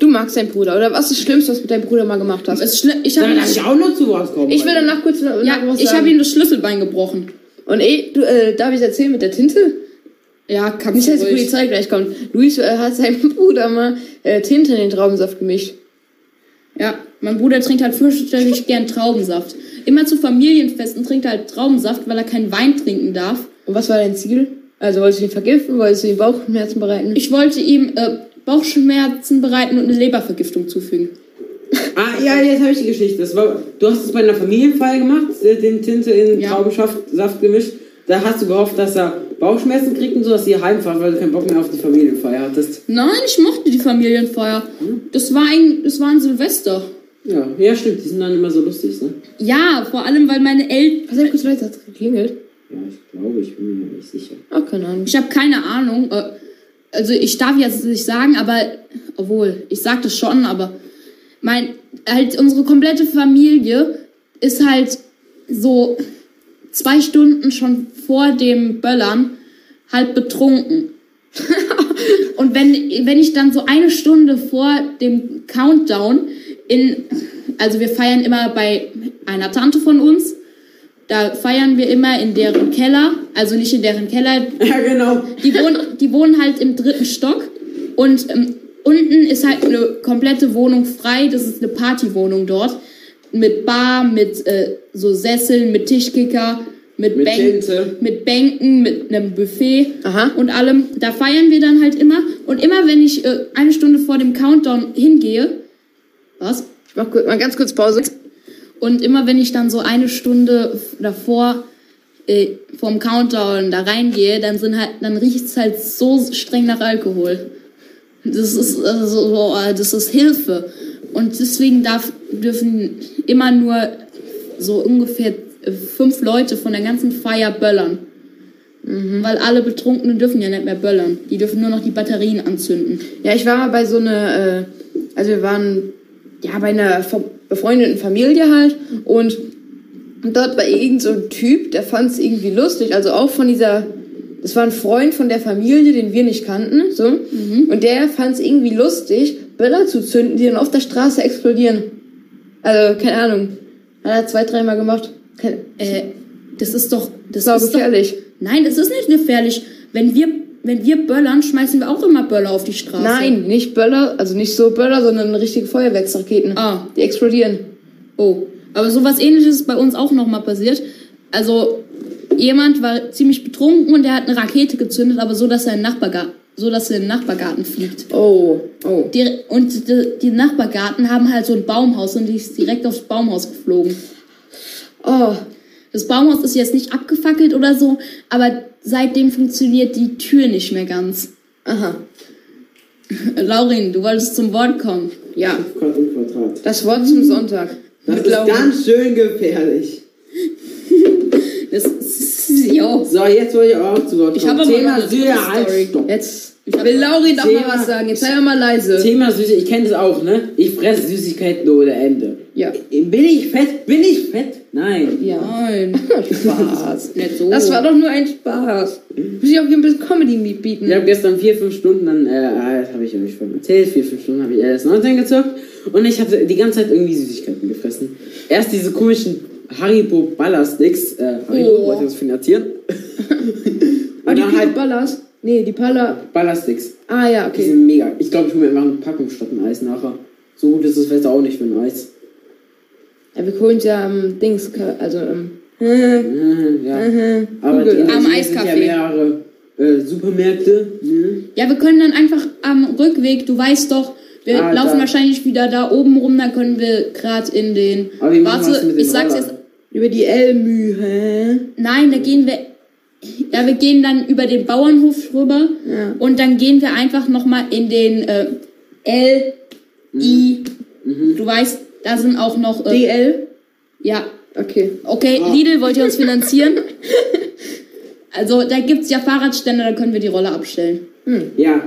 Speaker 3: Du magst deinen Bruder, oder was ist das Schlimmste, was du mit deinem Bruder mal gemacht hast?
Speaker 4: Also es ist schlimm. Ich habe
Speaker 2: Dann lass ich auch noch zu was kommen.
Speaker 3: Ich will danach kurz noch noch
Speaker 4: ja,
Speaker 3: was
Speaker 4: ich hab
Speaker 3: sagen.
Speaker 4: ihm das Schlüsselbein gebrochen.
Speaker 3: Und eh, du, äh, darf ich erzählen mit der Tinte?
Speaker 4: Ja, kann
Speaker 3: Nicht, dass die
Speaker 4: ruhig.
Speaker 3: Polizei gleich kommt. Luis äh, hat seinem Bruder mal äh, Tinte in den Traubensaft gemischt.
Speaker 4: Ja, mein Bruder trinkt halt fürchterlich gern Traubensaft. Immer zu Familienfesten trinkt er halt Traubensaft, weil er keinen Wein trinken darf.
Speaker 3: Und was war dein Ziel? Also wolltest du ihn vergiften? Wolltest du ihm Bauchschmerzen bereiten?
Speaker 4: Ich wollte ihm äh, Bauchschmerzen bereiten und eine Lebervergiftung zufügen.
Speaker 2: Ah, ja, jetzt habe ich die Geschichte. Das war, du hast es bei einer Familienfeier gemacht, äh, den Tinte in
Speaker 4: Ja.
Speaker 2: Traubensaft Saft gemischt. Da hast du gehofft, dass er Bauchschmerzen kriegt und so, dass ihr heimfahrt, weil du keinen Bock mehr auf die Familienfeier hattest.
Speaker 4: Nein, ich mochte die Familienfeier. Das war ein, das war ein Silvester.
Speaker 2: Ja, ja stimmt, die sind dann immer so lustig, ne?
Speaker 4: Ja, vor allem, weil meine Eltern...
Speaker 3: Pass auf, kurz Leute, das hat geklingelt.
Speaker 2: Ja, ich glaube, ich bin mir noch nicht sicher.
Speaker 3: Ach, keine Ahnung.
Speaker 4: Ich habe keine Ahnung. äh, Also ich darf jetzt nicht sagen, aber obwohl, ich sag das schon, aber mein halt unsere komplette Familie ist halt so zwei Stunden schon vor dem Böllern halb betrunken. Und wenn, wenn ich dann so eine Stunde vor dem Countdown in, also wir feiern immer bei einer Tante von uns, da feiern wir immer in deren Keller, also nicht in deren Keller,
Speaker 2: Ja, genau.
Speaker 4: die wohnen, die wohnen halt im dritten Stock und ähm, unten ist halt eine komplette Wohnung frei. Das ist eine Partywohnung dort mit Bar, mit äh, so Sesseln, mit Tischkicker, mit,
Speaker 2: Mit
Speaker 4: Bänken,
Speaker 2: Tinte.
Speaker 4: mit Bänken, mit einem Buffet
Speaker 3: Aha.
Speaker 4: und allem. Da feiern wir dann halt immer und immer wenn ich äh, eine Stunde vor dem Countdown hingehe, was?
Speaker 3: Ich mach kurz, mal ganz kurz Pause.
Speaker 4: Und immer wenn ich dann so eine Stunde f- davor äh, vom Countdown da reingehe, dann sind halt, dann riecht's halt so streng nach Alkohol. Das ist also, so, äh, das ist Hilfe. Und deswegen darf, dürfen immer nur so ungefähr äh, fünf Leute von der ganzen Feier böllern. Weil alle Betrunkenen dürfen ja nicht mehr böllern. Die dürfen nur noch die Batterien anzünden.
Speaker 3: Ja, ich war mal bei so einer, äh, also wir waren ja bei einer ver- befreundeten Familie halt und dort war irgend so ein Typ, der fand es irgendwie lustig, also auch von dieser, das war ein Freund von der Familie, den wir nicht kannten, so,
Speaker 4: Mhm.
Speaker 3: und der fand es irgendwie lustig, Böller zu zünden, die dann auf der Straße explodieren. Also, keine Ahnung, hat er zwei, dreimal gemacht. Keine,
Speaker 4: Äh, das ist doch, das
Speaker 3: das war
Speaker 4: ist doch
Speaker 3: gefährlich.
Speaker 4: Nein, es ist nicht gefährlich. Wenn wir, wenn wir böllern, schmeißen wir auch immer Böller auf die Straße.
Speaker 3: Nein, nicht Böller, also nicht so Böller, sondern richtige Feuerwerksraketen.
Speaker 4: Ah.
Speaker 3: Die explodieren.
Speaker 4: Oh. Aber sowas ähnliches ist bei uns auch nochmal passiert. Also, jemand war ziemlich betrunken und der hat eine Rakete gezündet, aber so, dass er in den Nachbargarten, so, dass er in den Nachbargarten fliegt.
Speaker 3: Oh, oh.
Speaker 4: Die, und die, die Nachbargarten haben halt so ein Baumhaus und die ist direkt aufs Baumhaus geflogen.
Speaker 3: Oh,
Speaker 4: Das Baumhaus ist jetzt nicht abgefackelt oder so, aber seitdem funktioniert die Tür nicht mehr ganz.
Speaker 3: aha.
Speaker 4: Laurin, du wolltest zum Wort kommen.
Speaker 3: Ja,
Speaker 2: Quadrat und Quadrat.
Speaker 3: das Wort zum Sonntag.
Speaker 2: Das
Speaker 3: Mit
Speaker 2: ist
Speaker 3: Laura.
Speaker 2: ganz schön gefährlich.
Speaker 4: Das ist, jo.
Speaker 2: So, jetzt wollte ich auch zu Wort kommen.
Speaker 4: Ich habe aber
Speaker 2: Thema
Speaker 4: noch eine
Speaker 2: Syrer
Speaker 4: Story.
Speaker 2: Altstock.
Speaker 3: Jetzt will Lauri doch mal
Speaker 2: Thema-
Speaker 3: was sagen. Jetzt sei doch mal leise.
Speaker 2: Thema Süße, ich kenne das auch, ne? Ich fresse Süßigkeiten ohne Ende. Äh,
Speaker 3: Ja.
Speaker 2: Bin ich fett? Bin ich fett? Nein.
Speaker 3: Ja.
Speaker 4: Nein.
Speaker 3: Spaß.
Speaker 4: Nicht so.
Speaker 3: Das war doch nur ein Spaß. Muss ich auch hier ein bisschen Comedy mitbieten.
Speaker 2: Ich habe gestern vier, fünf Stunden dann, äh, ah, das habe ich euch schon erzählt, vier, fünf Stunden habe ich RS-19 gezockt und ich habe die ganze Zeit irgendwie Süßigkeiten gefressen. Erst diese komischen Haribo Ballersticks, äh, Haribo
Speaker 3: Oh.
Speaker 2: wollte das finanzieren.
Speaker 3: Ah,
Speaker 2: und
Speaker 3: die
Speaker 2: dann
Speaker 3: Pico
Speaker 2: halt
Speaker 3: Ballas. Nee, die Pala.
Speaker 2: Ballersticks.
Speaker 3: Ah ja,
Speaker 2: Die
Speaker 3: okay.
Speaker 2: sind mega. Ich glaube, ich hole mir einfach eine Packung statt ein Eis nachher. So gut ist das Wetter auch nicht für ein Eis.
Speaker 3: Ja, wir holen ja ähm, Dings, also ähm,
Speaker 2: Mhm, ja. Aber die
Speaker 3: Google.
Speaker 2: anderen
Speaker 4: Am
Speaker 2: sind ja
Speaker 4: Eiscafé.
Speaker 2: mehrere äh, Supermärkte. Ne?
Speaker 4: Ja, wir können dann einfach am Rückweg, du weißt doch, wir
Speaker 2: Ah,
Speaker 4: laufen
Speaker 2: da.
Speaker 4: wahrscheinlich wieder da oben rum, dann können wir gerade in den.
Speaker 2: Aber wir machen was
Speaker 4: Warte,
Speaker 2: mit dem
Speaker 4: ich sag's
Speaker 2: Roller.
Speaker 4: jetzt.
Speaker 3: über die Elmü, hä?
Speaker 4: Nein, da gehen wir. Ja, wir gehen dann über den Bauernhof rüber
Speaker 3: Ja.
Speaker 4: und dann gehen wir einfach nochmal in den äh, L,
Speaker 2: Mhm.
Speaker 4: I. Du weißt, da sind auch noch. Äh,
Speaker 3: DL?
Speaker 4: ja,
Speaker 3: Okay.
Speaker 4: okay,
Speaker 2: Ah.
Speaker 4: Lidl wollt ihr uns finanzieren? also, da gibt's ja Fahrradstände, da können wir die Rolle abstellen.
Speaker 2: Ja,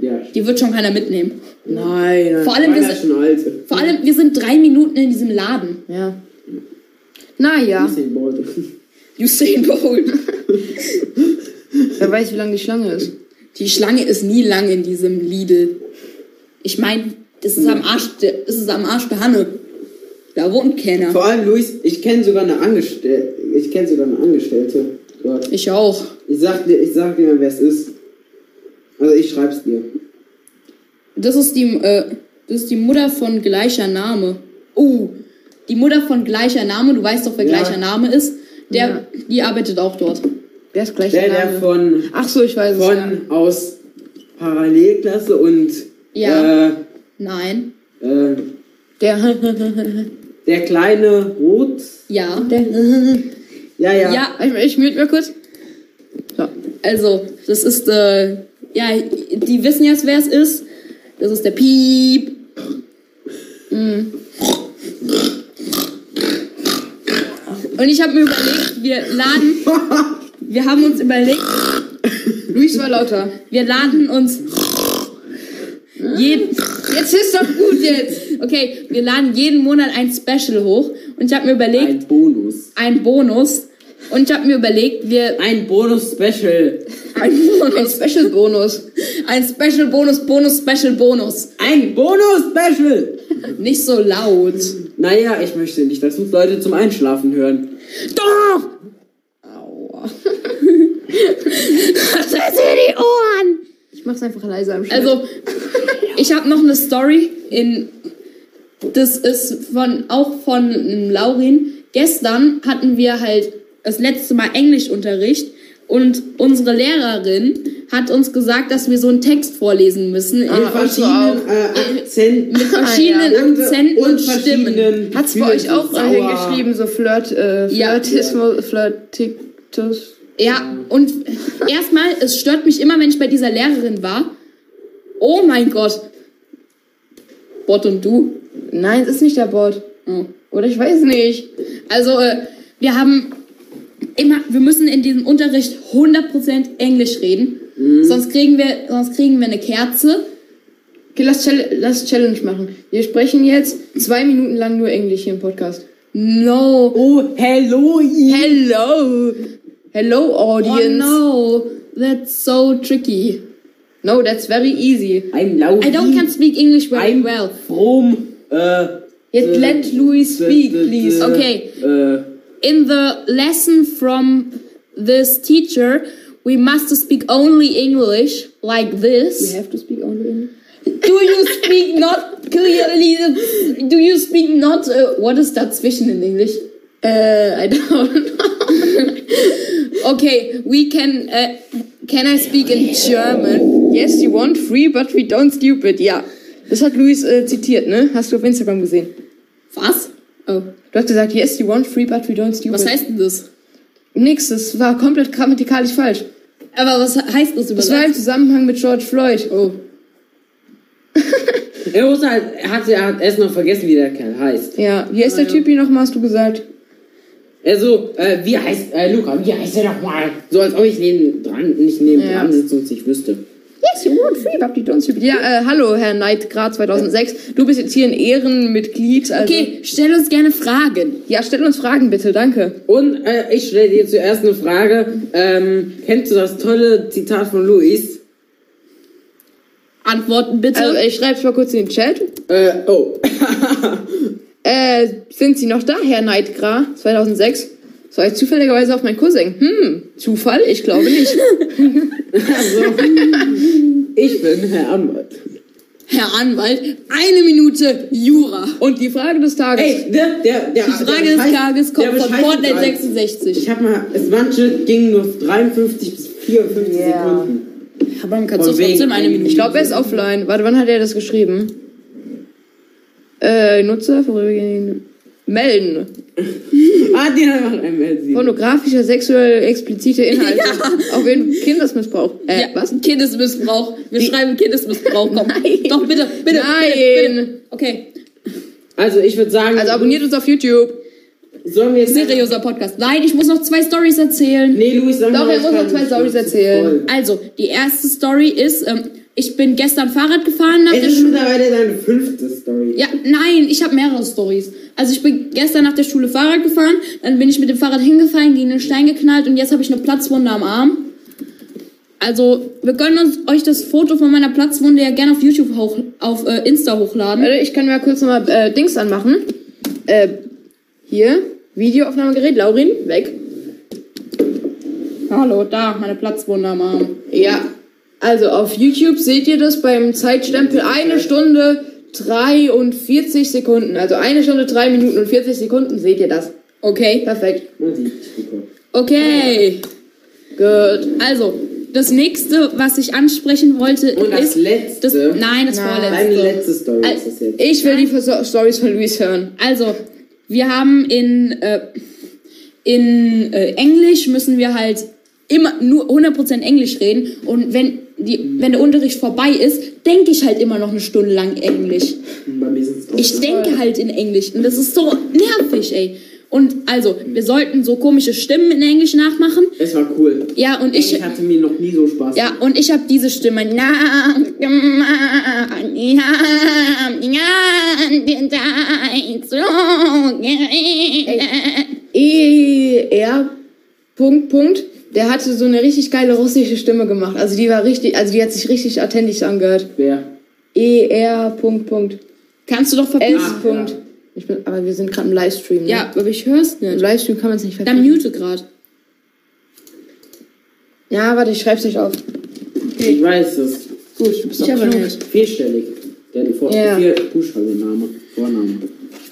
Speaker 2: ja.
Speaker 4: Die wird schon keiner mitnehmen.
Speaker 3: Nein. nein.
Speaker 4: Vor allem, wir
Speaker 2: Meiner
Speaker 4: sind,
Speaker 2: ist schon alt.
Speaker 4: Vor allem, wir sind drei Minuten in diesem Laden.
Speaker 3: Ja. Naja,
Speaker 2: Usain Bolt.
Speaker 4: Usain Bolt.
Speaker 3: wer weiß, wie lange die Schlange ist.
Speaker 4: Die Schlange ist nie lang in diesem Lidl. Ich meine, das ist am Arsch, der, das ist am Arsch der Hanne. Da wohnt keiner.
Speaker 2: Vor allem, Luis, ich kenne sogar eine Angestellte. Ich kenne sogar eine Angestellte. Dort.
Speaker 4: Ich auch.
Speaker 2: Ich sag dir, ich sag dir mal, wer es ist. Also ich schreib's dir.
Speaker 4: Das ist die, äh, das ist die Mutter von gleicher Name. Oh, die Mutter von gleicher Name. Du weißt doch, wer
Speaker 2: Ja.
Speaker 4: gleicher Name ist. Der, die arbeitet auch dort.
Speaker 3: Wer ist gleich
Speaker 2: Der,
Speaker 3: der
Speaker 2: der
Speaker 3: Name?
Speaker 2: von,
Speaker 3: Ach so, ich weiß es. Ja.
Speaker 2: von aus Parallelklasse und
Speaker 4: Ja.
Speaker 2: äh,
Speaker 4: Nein.
Speaker 2: äh,
Speaker 3: Der.
Speaker 2: der kleine Rot.
Speaker 4: Ja.
Speaker 3: der
Speaker 2: Ja, ja.
Speaker 4: Ja,
Speaker 3: ich, ich mute mir kurz. So.
Speaker 4: Also, das ist, äh, ja, die wissen jetzt, wer es ist. Das ist der Piep. Mm. Und ich habe mir überlegt, wir laden. Wir haben uns überlegt,
Speaker 3: Luis war lauter.
Speaker 4: wir laden uns. Jeden,
Speaker 3: Jetzt ist doch gut jetzt.
Speaker 4: okay, wir laden jeden Monat ein Special hoch. Und ich habe mir überlegt,
Speaker 2: Ein Bonus.
Speaker 4: ein Bonus. Und ich habe mir überlegt, wir
Speaker 2: Ein Bonus-Special.
Speaker 4: ein
Speaker 3: Ein
Speaker 4: Bonus,
Speaker 3: Special Bonus.
Speaker 4: ein Special Bonus, Bonus, Special Bonus.
Speaker 2: Ein Bonus-Special!
Speaker 3: Nicht so laut.
Speaker 2: Naja, ich möchte nicht, dass uns Leute zum Einschlafen hören.
Speaker 4: Doch!
Speaker 3: Aua.
Speaker 4: Das sind die Ohren!
Speaker 3: Ich mach's einfach leise am Schnitt.
Speaker 4: Also, ich habe noch eine Story in. Das ist von, auch von ähm, Laurin. Gestern hatten wir halt das letzte Mal Englischunterricht und unsere Lehrerin hat uns gesagt, dass wir so einen Text vorlesen müssen in
Speaker 2: In
Speaker 3: hörst du
Speaker 2: verschiedenen äh, Akzenten.
Speaker 4: mit verschiedenen
Speaker 2: Ah,
Speaker 3: ja.
Speaker 4: Akzenten und, Stimmen.
Speaker 3: Hat's bei euch auch äh,
Speaker 2: Gefühlen.
Speaker 3: hingeschrieben, so Flirt, äh,
Speaker 4: Ja.
Speaker 3: Flirtismus, Flirtiktus.
Speaker 4: Ja, und erstmal, es stört mich immer, wenn ich bei dieser Lehrerin war. Oh mein Gott. Bot und du.
Speaker 3: Nein, es ist nicht der Bord.
Speaker 4: Oh.
Speaker 3: Oder ich weiß nicht.
Speaker 4: Also, äh, wir haben immer, wir müssen in diesem Unterricht 100% Englisch reden.
Speaker 3: Mhm.
Speaker 4: Sonst, kriegen wir, sonst kriegen wir eine Kerze.
Speaker 3: Okay, lass, Chal lass Challenge machen. Wir sprechen jetzt zwei Minuten lang nur Englisch hier im Podcast.
Speaker 4: No.
Speaker 2: Oh, hello, ihr.
Speaker 3: Hello! Hello,
Speaker 4: Oh
Speaker 3: audience!
Speaker 4: no. That's so tricky.
Speaker 3: no. that's very easy.
Speaker 2: I'm loud.
Speaker 4: I don't can speak English very
Speaker 2: I'm
Speaker 4: well.
Speaker 2: from, äh,
Speaker 3: Jetzt
Speaker 2: Äh,
Speaker 3: let Louis
Speaker 2: the-
Speaker 3: speak,
Speaker 2: the-
Speaker 3: please.
Speaker 2: the-
Speaker 4: Okay.
Speaker 2: Äh,
Speaker 4: In the lesson from this teacher, we must speak only English like
Speaker 3: We
Speaker 4: this.
Speaker 3: have to speak only English.
Speaker 4: Do you speak not clearly? the- Do you speak not? Uh, what is dazwischen in English?
Speaker 3: Äh, I don't know.
Speaker 4: Okay, we can. Uh, can I speak in German?
Speaker 3: Yes, you want free, but we don't stupid. Ja. Das hat Luis äh, zitiert, ne? Hast du auf Instagram gesehen.
Speaker 4: Was? Oh,
Speaker 3: Du hast gesagt, yes, you want free, but we don't stupid.
Speaker 4: was heißt denn das?
Speaker 3: Nix, das war komplett grammatikalisch falsch.
Speaker 4: Aber was heißt das
Speaker 3: Das war
Speaker 4: überhaupt?
Speaker 3: im Zusammenhang mit George Floyd.
Speaker 4: Oh.
Speaker 2: er muss halt- hat, er hat erst noch vergessen, wie der Kerl heißt.
Speaker 3: Ja, wie heißt der Typi nochmal, hast du gesagt?
Speaker 2: Also, äh, wie heißt, äh, Luca, wie heißt er nochmal? So, als ob ich neben dran, nicht neben
Speaker 3: Ja.
Speaker 2: dran sitze und es nicht wüsste.
Speaker 3: Yes, you want free, but you don't stupid. Ja, äh, hallo, Herr Knight, Grad 2006. Du bist jetzt hier ein Ehrenmitglied. Also,
Speaker 4: Okay, stell uns gerne Fragen.
Speaker 3: Ja, stell uns Fragen bitte, danke.
Speaker 2: Und äh, ich stelle dir zuerst eine Frage. Ähm, kennst du das tolle Zitat von Luis?
Speaker 4: Antworten bitte.
Speaker 3: Also, ich schreib's mal kurz in den Chat.
Speaker 2: Äh, oh.
Speaker 3: Äh, sind Sie noch da, Herr Neidgra? 2006? Das war ich zufälligerweise auf meinen Cousin. Hm, Zufall? Ich glaube nicht.
Speaker 2: Also, ich bin Herr Anwalt.
Speaker 4: Herr Anwalt, eine Minute Jura.
Speaker 3: Und die Frage des Tages.
Speaker 2: Ey, der, der, der,
Speaker 4: Die Frage des Tages kommt von Fortnite 66.
Speaker 2: Ich hab mal, es manche gingen nur 53 bis 54
Speaker 3: Ja.
Speaker 2: Sekunden.
Speaker 4: Aber man kann es
Speaker 2: Von wegen
Speaker 4: trotzdem eine
Speaker 2: ein-
Speaker 4: Minute.
Speaker 3: Ich glaube, er ist offline. Warte, wann hat er das geschrieben? Äh, Nutzer, vorübergehend. Melden.
Speaker 2: Ah, den hat man einmal
Speaker 3: Pornografischer, sexuell explizite Inhalte. Auf jeden Kindesmissbrauch. Äh,
Speaker 4: ja,
Speaker 3: was?
Speaker 4: was? Kindesmissbrauch. Wir schreiben Kindesmissbrauch. Komm.
Speaker 3: Nein.
Speaker 4: Doch, bitte, bitte. Bitte, bitte.
Speaker 3: Nein!
Speaker 4: Okay,
Speaker 2: Also, ich würde sagen,
Speaker 3: Also abonniert uns auf YouTube.
Speaker 2: sollen wir jetzt.
Speaker 4: seriöser Podcast. Nein, ich muss noch zwei Stories erzählen.
Speaker 2: Nee, Luis, sag
Speaker 3: Doch,
Speaker 2: mal,
Speaker 3: er
Speaker 2: ich
Speaker 3: muss
Speaker 2: kann
Speaker 3: noch zwei
Speaker 2: nicht,
Speaker 3: Storys
Speaker 2: ich bin zu
Speaker 3: erzählen.
Speaker 2: voll.
Speaker 4: Also, die erste Story ist, ähm, ich bin gestern Fahrrad gefahren nach
Speaker 2: Es
Speaker 4: der
Speaker 2: ist
Speaker 4: Schule.
Speaker 2: mittlerweile deine fünfte Story.
Speaker 4: Ja, nein, ich habe mehrere Stories. Also ich bin gestern nach der Schule Fahrrad gefahren, dann bin ich mit dem Fahrrad hingefallen, gegen den Stein geknallt und jetzt habe ich eine Platzwunde am Arm. Also, wir können uns euch das Foto von meiner Platzwunde ja gerne auf YouTube hoch, auf äh, Insta hochladen.
Speaker 3: Warte, ich kann mir kurz nochmal äh, Dings anmachen. Äh, hier, Videoaufnahmegerät. Laurin, weg.
Speaker 4: Hallo, da, meine Platzwunde am Arm.
Speaker 3: Ja, also auf YouTube seht ihr das beim Zeitstempel eine Stunde 43 Sekunden. Also eine Stunde, drei Minuten und 40 Sekunden seht ihr das.
Speaker 4: Okay.
Speaker 3: Perfekt.
Speaker 2: Man sieht dich, Luca.
Speaker 4: Okay.
Speaker 3: Gut.
Speaker 4: Also, das nächste, Also, was ich ansprechen wollte,
Speaker 2: Und Oh, das
Speaker 4: ist.
Speaker 2: letzte?
Speaker 4: Das, nein, das
Speaker 3: Nein.
Speaker 2: Deine
Speaker 4: vorletzte.
Speaker 2: letzte Story
Speaker 4: Al-
Speaker 2: ist das jetzt.
Speaker 3: Ich will die Verso- Stories von Luis hören.
Speaker 4: Also, wir haben in, äh, in äh, Englisch müssen wir halt immer nur 100% Englisch reden. Und wenn, die, wenn der Unterricht vorbei ist, denke ich halt immer noch eine Stunde lang Englisch.
Speaker 2: Bei mir sind's auch
Speaker 4: Ich
Speaker 2: so.
Speaker 4: denke halt in Englisch. Und das ist so nervig, ey. Und also, wir sollten so komische Stimmen in Englisch nachmachen.
Speaker 2: Es war cool.
Speaker 4: Ja, und ich.
Speaker 2: Ich hatte mir noch nie so Spaß.
Speaker 4: Ja, und ich habe diese Stimme nachgemacht. Ich hab die ganze Zeit so geredet.
Speaker 3: ER E, Punkt Punkt, der hatte so eine richtig geile russische Stimme gemacht. Also die war richtig, also die hat sich richtig authentisch angehört.
Speaker 2: Wer?
Speaker 3: ER E Punkt Punkt.
Speaker 4: Kannst du doch
Speaker 3: S
Speaker 4: verpissen.
Speaker 3: Punkt.
Speaker 2: ja.
Speaker 3: Ich bin, aber wir sind gerade im Livestream. Ne?
Speaker 4: Ja, aber ich hör's
Speaker 3: Im
Speaker 4: nicht.
Speaker 3: Livestream kann man es nicht
Speaker 4: Dann
Speaker 3: verpassen.
Speaker 4: mute grad.
Speaker 3: Ja, warte, ich schreib's nicht auf.
Speaker 2: Ich weiß es.
Speaker 3: Gut, du bist
Speaker 4: Ich
Speaker 3: auch
Speaker 4: aber
Speaker 3: klug.
Speaker 4: nicht.
Speaker 2: Vierstellig. Der hat vor
Speaker 3: Ja.
Speaker 2: vier Buchstabename. Vorname.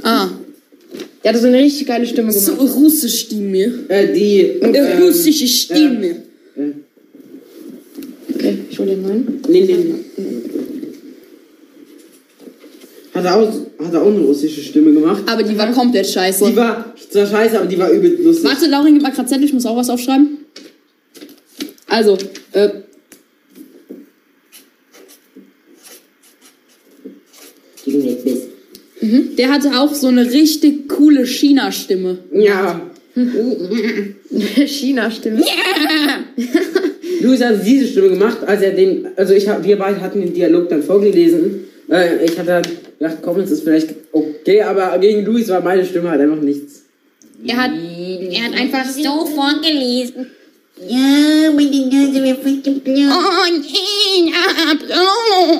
Speaker 4: Ah,
Speaker 3: Der hatte so eine richtig geile Stimme
Speaker 4: so
Speaker 2: genau.
Speaker 3: gemacht.
Speaker 4: russische Stimme.
Speaker 2: Äh, die.
Speaker 4: Äh,
Speaker 2: ähm,
Speaker 4: russische Stimme.
Speaker 2: Äh,
Speaker 3: Okay, ich hol den neuen.
Speaker 2: nee, nee, nee. Hat er, auch, hat er auch eine russische Stimme gemacht?
Speaker 4: Aber die war komplett
Speaker 2: Die
Speaker 4: scheiße.
Speaker 2: war zwar scheiße, aber die war übel lustig.
Speaker 4: Warte, Laurin, gib mal grad Zettel, ich muss auch was aufschreiben. Also, äh,
Speaker 2: Die ging jetzt bis.
Speaker 4: Mhm. der hatte auch so eine richtig coole China-Stimme.
Speaker 2: Ja.
Speaker 3: China-Stimme.
Speaker 2: Luis hat diese Stimme gemacht, als er den, also ich hab, wir beide hatten den Dialog dann vorgelesen. Äh, ich hatte dann gedacht, komm, es ist vielleicht okay, aber gegen Luis war meine Stimme halt einfach nichts.
Speaker 4: Er hat,
Speaker 5: Er hat einfach so vorgelesen. Ja, meine Nase wäre fast
Speaker 4: Oh,
Speaker 5: geblasen.
Speaker 4: Und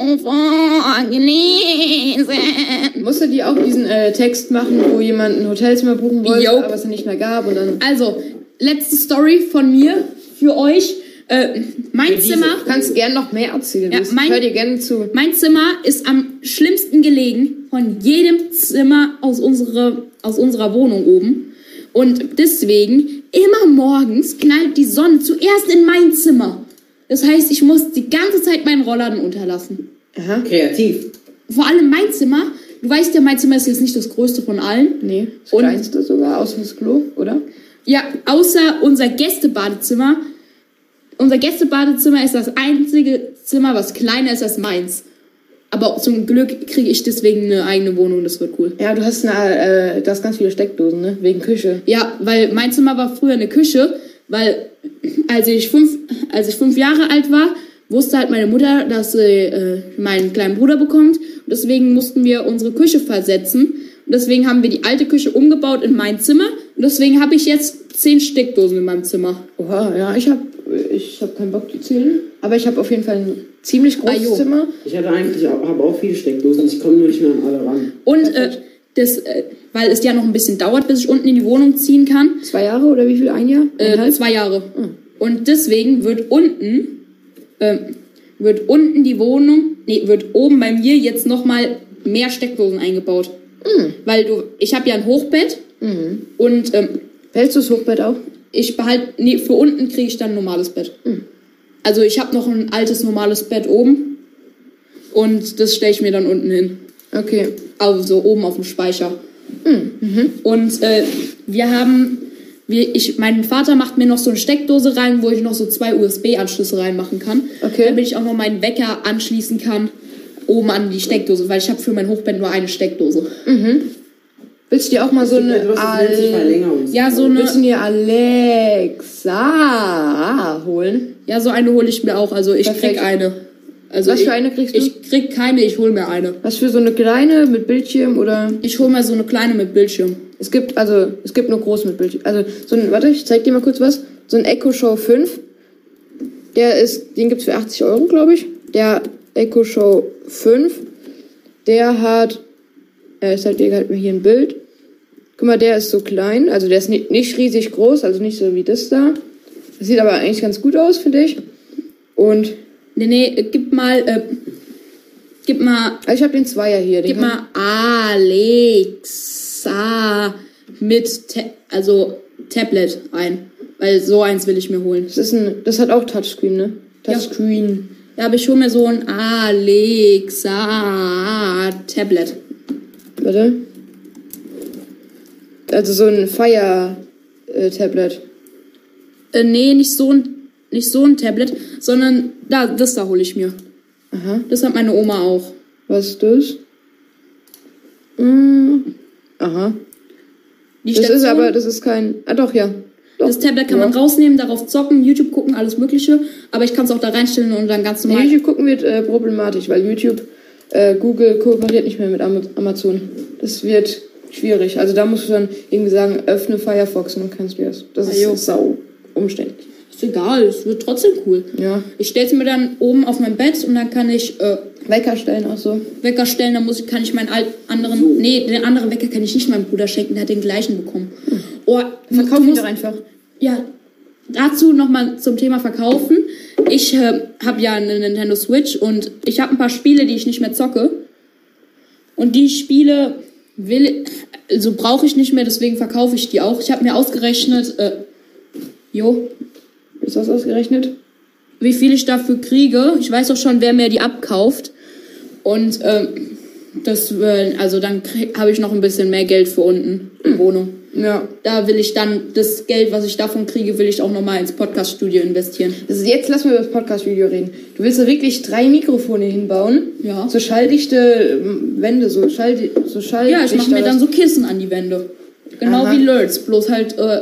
Speaker 4: ich hab so vorgelesen.
Speaker 3: Musste die auch diesen äh, Text machen, wo jemand ein Hotelzimmer buchen wollte,
Speaker 4: Jo.
Speaker 3: aber es nicht mehr gab und dann.
Speaker 4: Also, letzte Story von mir für euch. Äh, mein
Speaker 2: diese.
Speaker 4: Zimmer.
Speaker 3: Du kannst gern noch mehr erzählen.
Speaker 4: Ja,
Speaker 3: Luis.
Speaker 4: mein-
Speaker 3: Hör dir gerne zu.
Speaker 4: Mein Zimmer ist am schlimmsten gelegen von jedem Zimmer aus unserer, aus unserer Wohnung oben. Und deswegen, immer morgens knallt die Sonne zuerst in mein Zimmer. Das heißt, ich muss die ganze Zeit meinen Rollladen unterlassen.
Speaker 3: Aha.
Speaker 2: Kreativ.
Speaker 4: Vor allem mein Zimmer. Du weißt ja, mein Zimmer ist jetzt nicht das größte von allen.
Speaker 3: Nee, das
Speaker 4: Und-
Speaker 3: kleinste sogar, außer das Klo, oder?
Speaker 4: Ja, außer unser Gästebadezimmer. Unser Gästebadezimmer ist das einzige Zimmer, was kleiner ist als meins. Aber zum Glück kriege ich deswegen eine eigene Wohnung, das wird cool.
Speaker 3: Ja, du hast eine, äh, du hast ganz viele Steckdosen, ne? Wegen Küche.
Speaker 4: Ja, weil mein Zimmer war früher eine Küche, weil als ich fünf, als ich fünf Jahre alt war, wusste halt meine Mutter, dass sie äh, meinen kleinen Bruder bekommt. Und deswegen mussten wir unsere Küche versetzen. Und deswegen haben wir die alte Küche umgebaut in mein Zimmer. Und deswegen habe ich jetzt zehn Steckdosen in meinem Zimmer.
Speaker 3: Oha, ja, ich hab, ich hab keinen Bock zu zählen. Aber ich hab auf jeden Fall ein ziemlich
Speaker 4: Ah,
Speaker 3: großes
Speaker 4: jo.
Speaker 3: Zimmer.
Speaker 2: Ich hatte eigentlich auch, habe auch viele Steckdosen, ich komme nur nicht mehr an alle ran.
Speaker 4: Und äh, das, äh, weil es ja noch ein bisschen dauert, bis ich unten in die Wohnung ziehen kann.
Speaker 3: Zwei Jahre oder wie viel? Ein Jahr?
Speaker 4: Äh,
Speaker 3: Eineinhalb?
Speaker 4: zwei Jahre. Und deswegen wird unten, ähm, wird unten die Wohnung, nee, wird oben bei mir jetzt nochmal mehr Steckdosen eingebaut. Weil du, ich habe ja ein Hochbett und ähm,
Speaker 3: Hältst du das Hochbett auch?
Speaker 4: ich behalte, nee, für unten kriege ich dann ein normales Bett. Also ich habe noch ein altes normales Bett oben und das stelle ich mir dann unten hin.
Speaker 3: Okay.
Speaker 4: Also oben auf dem Speicher.
Speaker 3: Hm, mhm.
Speaker 4: Und äh, wir haben, wir, ich, mein Vater macht mir noch so eine Steckdose rein, wo ich noch so zwei USB-Anschlüsse reinmachen kann.
Speaker 3: Okay.
Speaker 4: Damit ich auch noch meinen Wecker anschließen kann, oben an die Steckdose, weil ich habe für mein Hochbett nur eine Steckdose.
Speaker 3: Willst du dir auch mal so eine Al
Speaker 2: Verlängerung.
Speaker 4: Ja, so
Speaker 3: Willst du
Speaker 4: eine,
Speaker 3: dir Alexa holen?
Speaker 4: ja, so eine hole ich mir auch. Also ich
Speaker 3: Perfekt.
Speaker 4: krieg eine. Also
Speaker 3: Was
Speaker 4: ich,
Speaker 3: für eine kriegst du?
Speaker 4: Ich krieg keine, ich hole mir eine.
Speaker 3: Was für so eine kleine mit Bildschirm oder
Speaker 4: Ich hole mir so eine kleine mit Bildschirm.
Speaker 3: es gibt also es gibt nur groß mit Bildschirm. Also so ein warte, ich zeig dir mal kurz was. So ein Echo Show 5. Der ist den gibt's für 80 Euro, glaube ich. Der Echo Show 5, der hat äh, ich zeig dir halt mal hier ein Bild. Guck mal, der ist so klein, also der ist ni- nicht riesig groß, also nicht so wie das da. Das sieht aber eigentlich ganz gut aus, finde ich. Und
Speaker 4: Nee, nee, äh, gib mal, äh, gib mal
Speaker 3: also ich habe den Zweier hier. Den
Speaker 4: Gib
Speaker 3: kann-
Speaker 4: mal Alexa mit, Ta also Tablet ein. Weil so eins will ich mir holen.
Speaker 3: Das ist ein, das hat auch Touchscreen, ne? Touchscreen.
Speaker 4: Ja, aber ich hole mir so ein Alexa Tablet.
Speaker 3: Warte. Also so ein Fire äh, Tablet.
Speaker 4: Äh, nee, nicht so ein, nicht so ein Tablet, sondern da, das da hole ich mir.
Speaker 3: Aha.
Speaker 4: Das hat meine Oma auch.
Speaker 3: Was ist das? Mm. Aha.
Speaker 4: Die
Speaker 3: Hm. Das
Speaker 4: Station,
Speaker 3: ist aber, das ist kein. Ah doch, ja. Doch.
Speaker 4: das Tablet kann man rausnehmen, darauf zocken, YouTube gucken, alles Mögliche. Aber ich kann es auch da reinstellen und dann ganz normal.
Speaker 3: YouTube gucken wird äh, problematisch, weil YouTube, äh, Google kooperiert nicht mehr mit Am Amazon. Das wird schwierig. Also da musst du dann irgendwie sagen, öffne Firefox und dann kannst du das. Das
Speaker 4: Ah, jo.
Speaker 3: ist sau umständlich.
Speaker 4: Ist egal, es wird trotzdem cool.
Speaker 3: Ja.
Speaker 4: Ich stelle es mir dann oben auf mein Bett und dann kann ich äh,
Speaker 3: Wecker stellen auch so.
Speaker 4: Wecker stellen, dann muss ich, kann ich meinen alt, anderen, nee, den anderen Wecker kann ich nicht meinem Bruder schenken, der hat den gleichen bekommen. Oh,
Speaker 3: Verkauf
Speaker 4: du
Speaker 3: ihn
Speaker 4: musst-
Speaker 3: Hm. doch einfach.
Speaker 4: Ja, dazu nochmal zum Thema Verkaufen. Ich äh, habe ja eine Nintendo Switch und ich habe ein paar Spiele, die ich nicht mehr zocke. Und die Spiele will, also brauche ich nicht mehr, deswegen verkaufe ich die auch. Ich habe mir ausgerechnet, äh, jo,
Speaker 3: Ist das ausgerechnet?
Speaker 4: wie viel ich dafür kriege. Ich weiß auch schon, wer mir die abkauft. Und ähm, das, äh, also dann habe ich noch ein bisschen mehr Geld für unten in Wohnung.
Speaker 3: Ja.
Speaker 4: Da will ich dann das Geld, was ich davon kriege, will ich auch nochmal ins Podcast-Studio investieren.
Speaker 3: Das ist, Also jetzt lass mal über das Podcast-Video reden. Du willst da wirklich drei Mikrofone hinbauen.
Speaker 4: Ja.
Speaker 3: So schalldichte ähm, Wände, so, schalldi so schalldichte.
Speaker 4: Ja, ich mache mir dann so Kissen an die Wände. Genau
Speaker 3: Aha.
Speaker 4: wie Lurz, bloß halt, äh,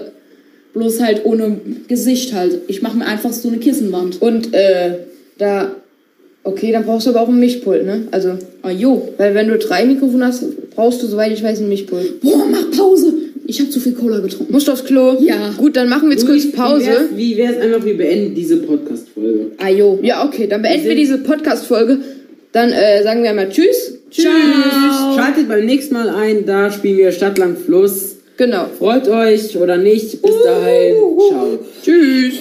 Speaker 4: bloß halt ohne Gesicht halt. Ich mache mir einfach so eine Kissenwand.
Speaker 3: Und äh, da. Okay, dann brauchst du aber auch ein Mischpult, ne? Also,
Speaker 4: Ah, jo.
Speaker 3: weil wenn du drei Mikrofone hast, brauchst du, soweit ich weiß, ein Mischpult.
Speaker 4: Boah, mach Pause! Ich habe zu viel Cola getrunken.
Speaker 3: Musst du aufs Klo?
Speaker 4: Ja.
Speaker 3: Gut, dann machen wir jetzt kurz
Speaker 2: Wie
Speaker 3: Pause.
Speaker 2: wär's, wie wär's einfach, wir beenden diese Podcast-Folge?
Speaker 4: Ah, jo.
Speaker 3: Ja, okay, dann beenden wir diese Podcast-Folge. Dann äh, sagen wir einmal Tschüss.
Speaker 2: Tschüss! Schaltet beim nächsten Mal ein, da spielen wir Stadtland Fluss.
Speaker 3: Genau.
Speaker 2: Freut euch oder nicht. Bis dahin. Ciao.
Speaker 3: Tschüss.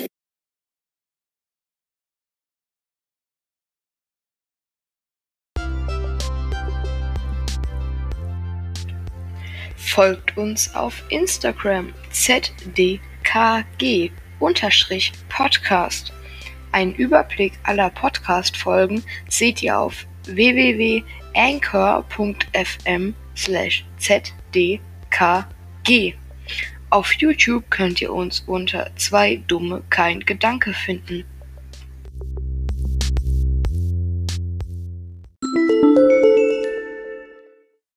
Speaker 6: folgt uns auf Instagram zdkg-podcast. Einen Überblick aller Podcast-Folgen seht ihr auf www.anchor.fm zdkg. Auf YouTube könnt ihr uns unter zwei Dumme kein Gedanke finden.